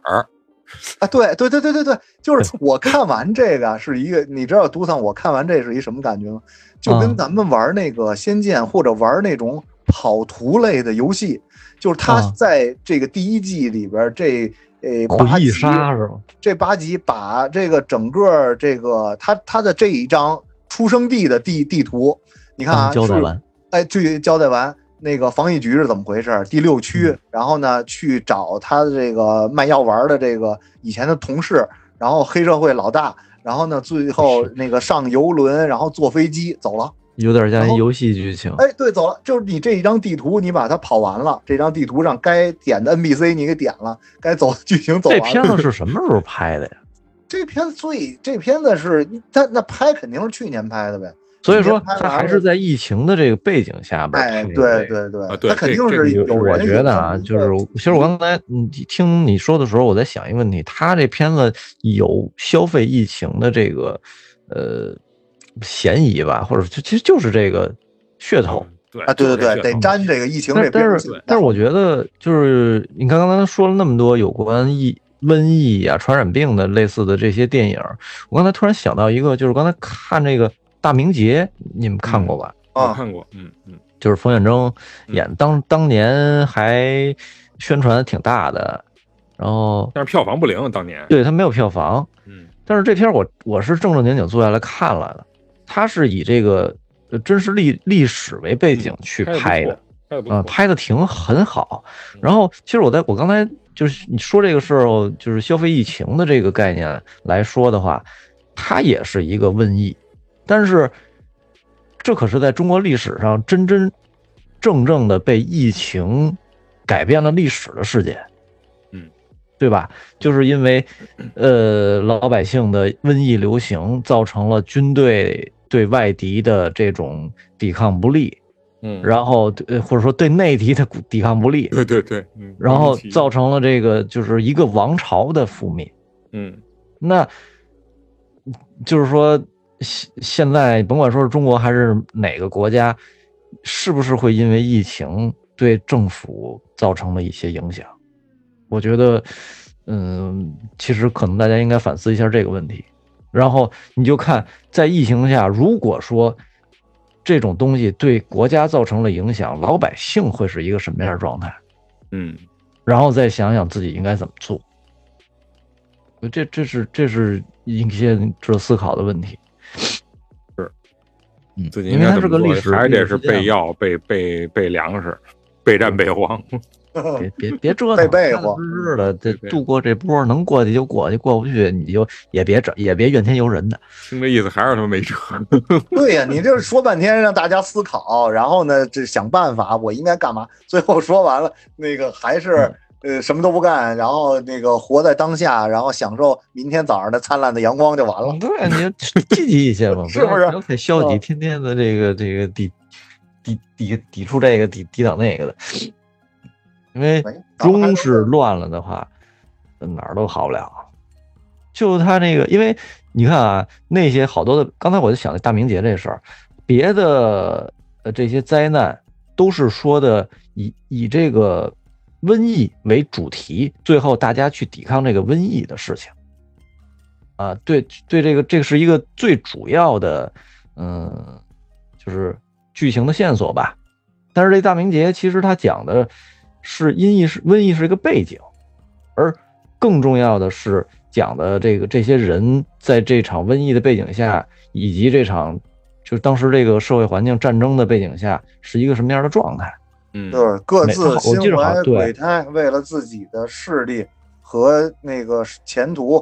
Speaker 5: 啊，对对对对对对，就是我看完这个啊是一个，你知道独丧我看完这是一什么感觉吗？就
Speaker 2: 嗯
Speaker 6: 啊
Speaker 5: 跟咱们玩那个《仙剑》或者玩那种跑图类的游戏，就是他
Speaker 6: 啊
Speaker 5: 在这个第一季里边儿这呃八
Speaker 6: 回忆
Speaker 5: 集
Speaker 6: 杀是吗？
Speaker 5: 这八集把这个整个这个他他的这一张出生地的地地图，你看啊，
Speaker 6: 刚嗯交代
Speaker 5: 是
Speaker 6: 完，
Speaker 5: 哎，这交代完那个防疫局是怎么回事儿，第六区，
Speaker 6: 嗯
Speaker 5: 然后呢去找他的这个卖药丸儿的这个以前的同事，然后黑社会老大，然后呢最后那个上游轮，然后坐飞机走了。
Speaker 6: 有点
Speaker 5: 然
Speaker 6: 像
Speaker 5: 后
Speaker 6: 游戏剧情，
Speaker 5: 哎，对，走了，就是你这一张地图，你把它跑完了，这张地图上该点的 NPC 你给点了，该走的剧情走
Speaker 6: 这
Speaker 5: 完
Speaker 6: 片
Speaker 5: 了。
Speaker 6: 子是什么时候拍的呀？
Speaker 5: 这片子最这片子是他那拍肯定是去年拍的呗，
Speaker 6: 所以说
Speaker 5: 你别拍
Speaker 6: 它
Speaker 5: 完
Speaker 6: 还
Speaker 5: 了
Speaker 6: 是在疫情的这个背景下边
Speaker 5: 哎
Speaker 6: 拍，的
Speaker 5: 对
Speaker 6: 这个
Speaker 5: 对对，
Speaker 4: 啊对
Speaker 5: 他肯定
Speaker 4: 这这
Speaker 5: 是
Speaker 4: 个
Speaker 5: 有
Speaker 4: 我
Speaker 5: 人
Speaker 6: 我
Speaker 5: 有
Speaker 6: 觉得
Speaker 5: 这
Speaker 6: 啊，
Speaker 5: 么一
Speaker 6: 就
Speaker 5: 个
Speaker 6: 是其实我刚才嗯听你说的时候，我在想一个问题，他这片子有消费疫情的这个呃嫌疑吧，或者就其实就是这个噱头。
Speaker 4: 嗯对
Speaker 5: 啊，对
Speaker 4: 就是
Speaker 5: 对
Speaker 4: 这嗯
Speaker 5: 对，得
Speaker 4: 噱头
Speaker 5: 沾这个疫情
Speaker 6: 但
Speaker 5: 这边
Speaker 6: 但
Speaker 5: 儿
Speaker 6: 是
Speaker 5: 劲
Speaker 6: 但是我觉得就是你刚刚说了那么多有关疫瘟疫啊、传染病的类似的这些电影，我刚才突然想到一个，就是刚才看这个《大明劫》，你们看过吧？
Speaker 4: 我
Speaker 5: 啊，
Speaker 4: 看过，嗯嗯，
Speaker 6: 就是冯远征演，当当年还宣传挺大的，然后
Speaker 4: 但是票房不灵，当年，
Speaker 6: 对他没有票房，
Speaker 4: 嗯
Speaker 6: 但是这片儿我我是正正经经坐下来看了的，他是以这个呃真实历历史为背景去拍的，，
Speaker 4: 嗯拍的不
Speaker 6: 啊、
Speaker 4: 错，
Speaker 5: 嗯
Speaker 6: 拍的挺很好
Speaker 4: 嗯。
Speaker 6: 然后其实我在我刚才就是你说这个时候，就是消费疫情的这个概念来说的话，它也是一个瘟疫，但是这可是在中国历史上真真正正的被疫情改变了历史的事件。
Speaker 4: 嗯，
Speaker 6: 对吧？就是因为，呃，老百姓的瘟疫流行，造成了军队对外敌的这种抵抗不力，
Speaker 4: 嗯，
Speaker 6: 然后呃或者说对内敌的抵抗不力，
Speaker 4: 对对对，嗯，
Speaker 6: 然后
Speaker 4: 嗯
Speaker 6: 造成了这个就是一个王朝的覆灭。
Speaker 4: 嗯
Speaker 6: 那就是说，现现在甭管说是中国还是哪个国家，是不是会因为疫情对政府造成了一些影响？我觉得，嗯，其实可能大家应该反思一下这个问题。然后你就看，在疫情下，如果说这种东西对国家造成了影响，老百姓会是一个什么样的状态？
Speaker 4: 嗯，
Speaker 6: 然后再想想自己应该怎么做。呃这这是这是一些值得思考的问题。是，嗯，
Speaker 4: 自己
Speaker 6: 因
Speaker 4: 应
Speaker 6: 为
Speaker 4: 该
Speaker 6: 它
Speaker 4: 怎
Speaker 6: 是个
Speaker 4: 么做
Speaker 6: 历史，
Speaker 4: 还得是
Speaker 6: 历史事
Speaker 4: 备
Speaker 6: 件
Speaker 4: 药、备备备粮食、备战备荒，
Speaker 6: 别别别折腾，
Speaker 5: 背背
Speaker 6: 踏踏
Speaker 5: 过
Speaker 6: 实实的，这
Speaker 4: 背背
Speaker 6: 度过这波儿，能过去就过去，过不去你就也别整，也别怨天尤人的。
Speaker 4: 听这意思还是他妈没 辙。
Speaker 5: 对呀，你这说半天让大家思考，然后呢，这想办法我应该干嘛？最后说完了，那个还是
Speaker 6: 嗯
Speaker 5: 呃什么都不干，然后那个活在当下，然后享受明天早上的灿烂的阳光就完了。
Speaker 6: 对，你就积极一些嘛，
Speaker 5: 嗯 是不是
Speaker 6: 要不要太消极，
Speaker 5: 嗯
Speaker 6: 天天的这个这个抵抵抵抵触这个抵抵挡那个的，因为
Speaker 5: 没
Speaker 6: 中是乱了的话，哪儿都好不了。就他那个，因为你看啊，那些好多的，刚才我就想大明节这事儿，别的呃这些灾难都是说的以以这个瘟疫为主题，最后大家去抵抗这个瘟疫的事情。啊，对对，这个这个是一个最主要的，嗯，就是剧情的线索吧。但是这大明劫其实它讲的是瘟疫是瘟疫是一个背景，而更重要的是讲的这个这些人在这场瘟疫的背景下，以及这场就是当时这个社会环境战争的背景下是一个什么样的状态。
Speaker 4: 嗯，
Speaker 5: 就是各自
Speaker 6: 没
Speaker 5: 心
Speaker 6: 我记得好
Speaker 5: 怀
Speaker 6: 对
Speaker 5: 鬼胎，为了自己的势力和那个前途，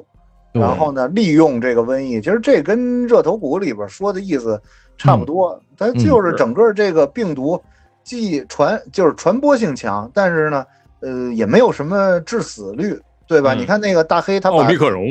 Speaker 6: 对
Speaker 5: 然后呢，利用这个瘟疫，其实这跟《热头骨》里边说的意思差
Speaker 6: 嗯
Speaker 5: 不多，它就是整个这个病毒既传就是传播性强，但是呢，呃，也没有什么致死率，对吧？
Speaker 4: 嗯
Speaker 5: 你看那个大黑他
Speaker 4: 奥
Speaker 5: 把
Speaker 4: 密克戎，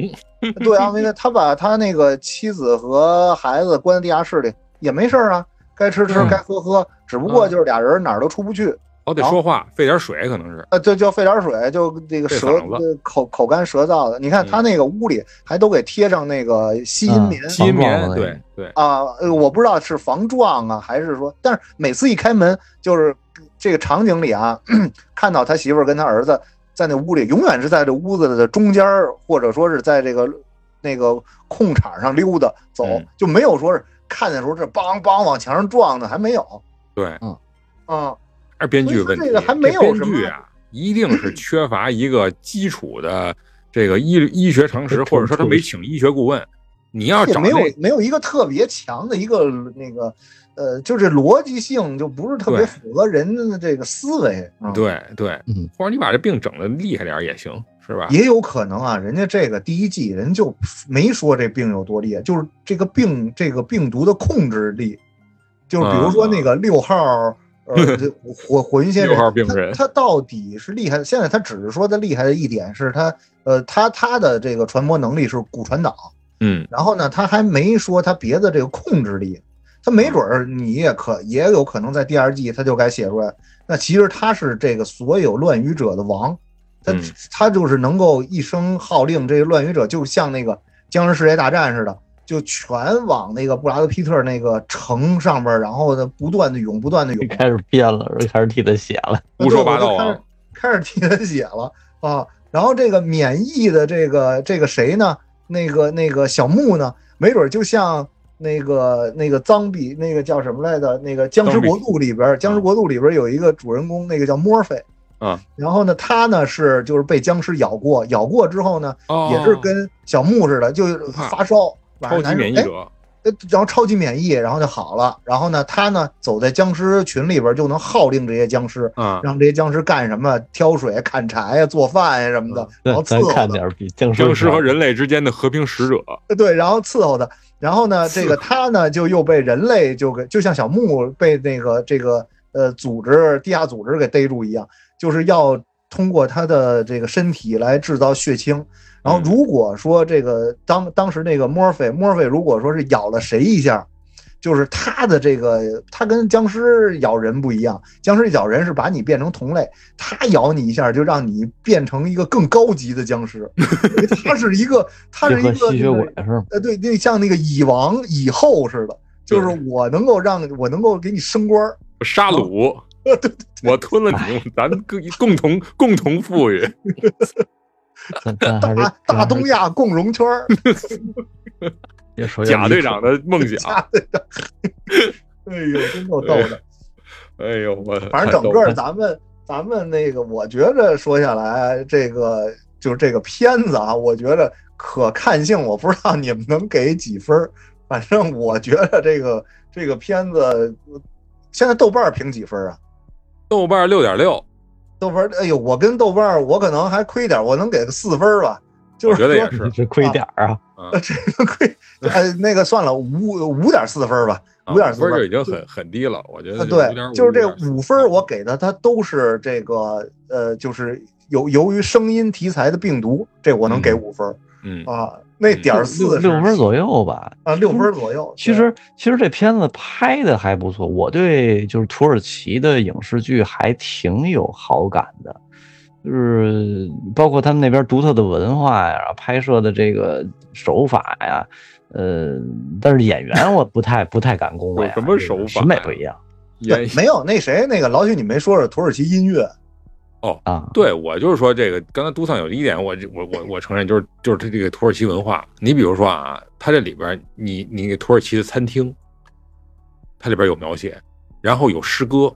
Speaker 5: 对奥密克，他把他那个妻子和孩子关在地下室里也没事儿啊，该吃吃
Speaker 6: 嗯
Speaker 5: 该喝喝，只不过
Speaker 4: 嗯
Speaker 5: 就是俩人哪儿都出不去。
Speaker 4: 老得说话，费点水可能是，
Speaker 5: 啊，就就费点水，就那个
Speaker 4: 费
Speaker 5: 舌
Speaker 4: 嗓子
Speaker 5: 呃口口干舌燥的。你看
Speaker 4: 嗯
Speaker 5: 他那个屋里还都给贴上那个吸音棉
Speaker 4: 吸音棉
Speaker 6: 防，撞的那
Speaker 4: 对对，
Speaker 5: 啊，呃，我不知道是防撞啊，还是说，但是每次一开门，就是这个场景里啊， 看到他媳妇儿跟他儿子在那屋里，永远是在这屋子的中间儿，或者说是在这个那个空场上溜达走，
Speaker 4: 嗯
Speaker 5: 就没有说是看见时候这梆梆往墙上撞的，还没有
Speaker 4: 对，
Speaker 5: 啊。
Speaker 4: 还是编剧问
Speaker 5: 所以
Speaker 4: 题，
Speaker 5: 说这个还没有
Speaker 4: 编
Speaker 5: 什么
Speaker 4: 剧啊，一定是缺乏一个基础的这个医医学常 识，或者说他没请医学顾问。你要
Speaker 5: 也
Speaker 4: 找
Speaker 5: 没有
Speaker 4: 那
Speaker 5: 没有一个特别强的一个那个，呃，就是逻辑性就不是特别
Speaker 4: 对
Speaker 5: 符合人的这个思维啊。，
Speaker 4: 对对
Speaker 6: 嗯，
Speaker 4: 或者你把这病整的厉害点儿也行，是吧？
Speaker 5: 也有可能啊，人家这个第一季人就没说这病有多厉害，就是这个病这个病毒的控制力，就是比如说那个六号。呃，这火火云先生，
Speaker 4: 啊六号病人
Speaker 5: 他他到底是厉害？现在他只是说他厉害的一点是他，呃，他他的这个传播能力是骨传导，
Speaker 4: 嗯
Speaker 5: 然后呢，他还没说他别的这个控制力，他没准儿你也可也有可能在第二季他就该写出来。那其实他是这个所有乱语者的王，他
Speaker 4: 嗯
Speaker 5: 他就是能够一声号令，这些乱语者就像那个僵尸世界大战似的，就全往那个布拉德皮特那个城上边儿，然后呢不断的涌，不断的涌，
Speaker 6: 开始变了，开始替他写了。
Speaker 5: 那
Speaker 4: 胡说
Speaker 5: 对我
Speaker 4: 八
Speaker 5: 就
Speaker 4: 道
Speaker 5: 开
Speaker 4: 啊
Speaker 5: 始开始替他写了啊。然后这个免疫的这个这个谁呢？那个那个小木呢？没准就像那个那个脏比那个叫什么来的？那个《僵尸
Speaker 4: 脏比
Speaker 5: 国度》里边，《僵尸国度》里边有一个主人公，那个叫墨菲。
Speaker 4: 啊，
Speaker 5: 然后呢，他呢是就是被僵尸咬过，咬过之后呢，
Speaker 4: 哦
Speaker 5: 也是跟小木似的，就
Speaker 4: 怕
Speaker 5: 发烧，晚
Speaker 4: 超级
Speaker 5: 上难受
Speaker 4: 免疫
Speaker 5: 哎
Speaker 4: 者，
Speaker 5: 呃，然后超级免疫，然后就好了。然后呢，他呢走在僵尸群里边，就能号令这些僵尸，
Speaker 4: 啊，
Speaker 5: 让这些僵尸干什么，挑水、砍柴呀、做饭呀、啊什么的，然后
Speaker 6: 嗯对，咱
Speaker 5: 伺候
Speaker 6: 看
Speaker 5: 的。
Speaker 6: 点比僵尸
Speaker 4: 僵尸和人类之间的和平使者，
Speaker 5: 对，然后伺候的。然后呢，
Speaker 4: 伺
Speaker 5: 这个他呢就又被人类就给，就像小木被那个这个呃组织地下组织给逮住一样，就是要通过他的这个身体来制造血清。然后
Speaker 4: 嗯
Speaker 5: 如果说这个当当时那个墨菲，墨菲如果说是咬了谁一下，就是他的这个，他跟僵尸咬人不一样，僵尸咬人是把你变成同类，他咬你一下就让你变成一个更高级的僵尸，因为他是一个，他
Speaker 6: 就是
Speaker 5: 一
Speaker 6: 和
Speaker 5: 个
Speaker 6: 吸
Speaker 5: 那
Speaker 6: 血
Speaker 5: 个
Speaker 6: 鬼似的。
Speaker 5: 呃，对，那像那个蚁王蚁后似的，就是
Speaker 4: 对
Speaker 5: 我能够让我能够给你升官儿，
Speaker 4: 杀戮， 我吞了
Speaker 5: 哎
Speaker 4: 你，咱共共同共同富裕，
Speaker 6: 咱咱还是
Speaker 5: 大大东亚共荣圈儿，
Speaker 6: 亚
Speaker 4: 贾队长的梦 想，
Speaker 5: 哎呦，真够逗的。
Speaker 4: 哎呦我，
Speaker 5: 反
Speaker 4: 太
Speaker 5: 正整
Speaker 4: 逗了
Speaker 5: 个咱们咱们那个，我觉着说下来，这个就是这个片子啊，我觉着可看性，我不知道你们能给几分儿。反正我觉着这个这个片子，现在豆瓣儿评几分啊？
Speaker 4: 豆瓣六点六，
Speaker 5: 豆瓣儿，哎呦，我跟豆瓣儿，我可能还亏点儿，我能给个四分儿吧。就
Speaker 4: 我
Speaker 5: 是
Speaker 4: 觉得也是
Speaker 5: 说，
Speaker 6: 你，这亏点儿啊！
Speaker 4: 啊
Speaker 5: 亏，呃，那个算了，五五点四分吧，
Speaker 4: 啊
Speaker 5: 五点四
Speaker 4: 分
Speaker 5: 分
Speaker 4: 儿就已经很很低了，我觉
Speaker 5: 啊，
Speaker 4: 得
Speaker 5: 对，就是这五分，我
Speaker 4: 5.4
Speaker 5: 给的它都是这个呃，就是由由于声音题材的病毒，这我能给
Speaker 4: 嗯
Speaker 5: 五分儿
Speaker 4: 嗯
Speaker 5: 啊，那点儿四
Speaker 6: 六分左右吧。
Speaker 5: 啊，六分左右。
Speaker 6: 其实其实这片子拍的还不错，我对就是土耳其的影视剧还挺有好感的，就是包括他们那边独特的文化呀、拍摄的这个手法呀，呃，但是演员我不太不太敢恭维啊、
Speaker 4: 有什么手法呀
Speaker 6: 审美不一样
Speaker 5: 对
Speaker 4: 也
Speaker 5: 对没有那谁那个老许，你没说说土耳其音乐
Speaker 6: 啊。
Speaker 4: 对我就是说这个，刚才都算有一点，我我我我承认，就是就是它这个土耳其文化。你比如说啊，它这里边儿你你土耳其的餐厅，它里边儿有描写，然后有诗歌。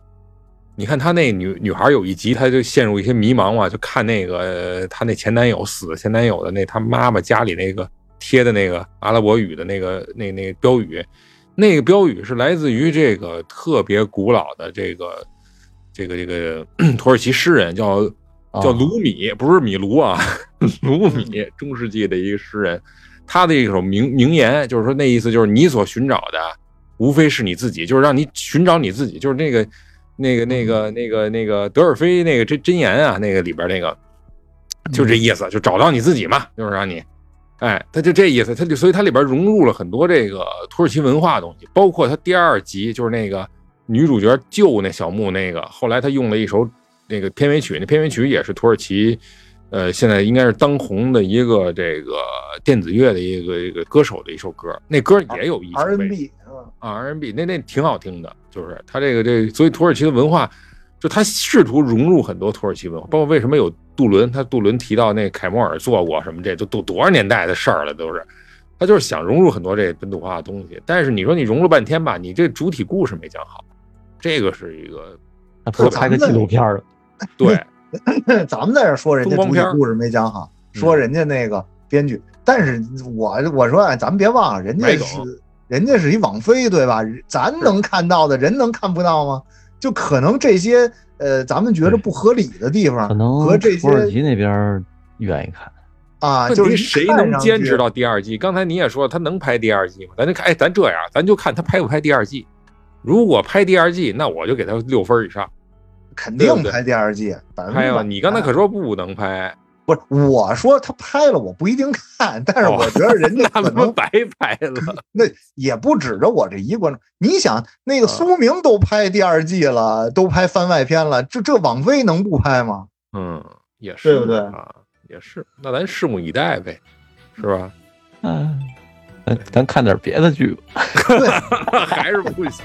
Speaker 4: 你看她那女女孩有一集，她就陷入一些迷茫嘛，就看那个她那前男友死的前男友的那她妈妈家里那个贴的那个阿拉伯语的那个那那标语，那个标语是来自于这个特别古老的这个这个这个土耳其诗人叫叫
Speaker 6: 啊
Speaker 4: 鲁米，不是米卢啊， 鲁米，中世纪的一个诗人，他的一首名名言就是说那意思就是你所寻找的无非是你自己，就是让你寻找你自己，就是那个那个那个那个那个德尔菲那个真真言啊，那个里边那个就这意思，就找到你自己嘛，就是让你。哎，他就这意思，他就所以它里边融入了很多这个土耳其文化的东西，包括他第二集就是那个女主角救那小木那个，后来他用了一首那个片尾曲，那片尾曲也是土耳其，呃，现在应该是当红的一个这个电子乐的一个一个歌手的一首歌，那歌也有意思。
Speaker 5: R&B 啊，
Speaker 4: 啊 R&B，那那挺好听的，就是它这个这，所以土耳其的文化，就它试图融入很多土耳其文化，包括为什么有杜伦，他杜伦提到那凯莫尔做过什么这，都都多少年代的事儿了，都是，他就是想融入很多这本土化的东西，但是你说你融了半天吧，你这主体故事没讲好，这个是一个
Speaker 6: 那不如拍个纪录片儿，
Speaker 4: 对，
Speaker 5: 嗯咱们在这儿说人家
Speaker 4: 风光
Speaker 5: 主体
Speaker 4: 片儿
Speaker 5: 故事没讲好，
Speaker 4: 嗯
Speaker 5: 说人家那个编剧，但是我我说啊，咱们别忘了，人家
Speaker 4: 没懂
Speaker 5: 是人家是一网飞，对吧？咱能看到的，人能看不到吗？就可能这些呃，咱们觉得不合理的地方
Speaker 6: 可能
Speaker 5: 和这
Speaker 6: 土耳
Speaker 5: 些
Speaker 6: 其那边儿愿意看。
Speaker 5: 啊，
Speaker 4: 问
Speaker 5: 就
Speaker 4: 题
Speaker 5: 是
Speaker 4: 谁
Speaker 5: 一看
Speaker 4: 能
Speaker 5: 上
Speaker 4: 坚
Speaker 5: 去
Speaker 4: 持到第二季？刚才你也说他能拍第二季吗？咱就看，哎，咱这样，咱就看他拍不拍第二季。如果拍第二季，那我就给他六分以上。
Speaker 5: 肯
Speaker 4: 对不
Speaker 5: 定
Speaker 4: 对
Speaker 5: 拍第二季，百分之
Speaker 4: 拍啊！
Speaker 5: 百
Speaker 4: 你刚才可说不能拍，
Speaker 2: 不
Speaker 5: 是我说他拍了，我不一定看，但是我觉得人家
Speaker 4: 哦 那
Speaker 5: 可
Speaker 4: 他
Speaker 5: 能
Speaker 4: 妈白拍 了。
Speaker 5: 那也不指着我这一观众。你想，那个苏明都拍第二季了，都拍番外篇了，这这网飞能不拍吗？
Speaker 4: 嗯，也是，
Speaker 5: 对不对
Speaker 4: 啊？也是，那咱拭目以待呗，是吧？
Speaker 6: 嗯，咱咱看点别的剧吧。
Speaker 4: 还是不行。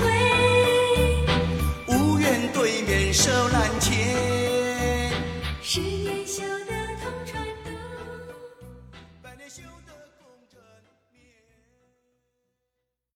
Speaker 1: 会，
Speaker 3: 无缘对面手拉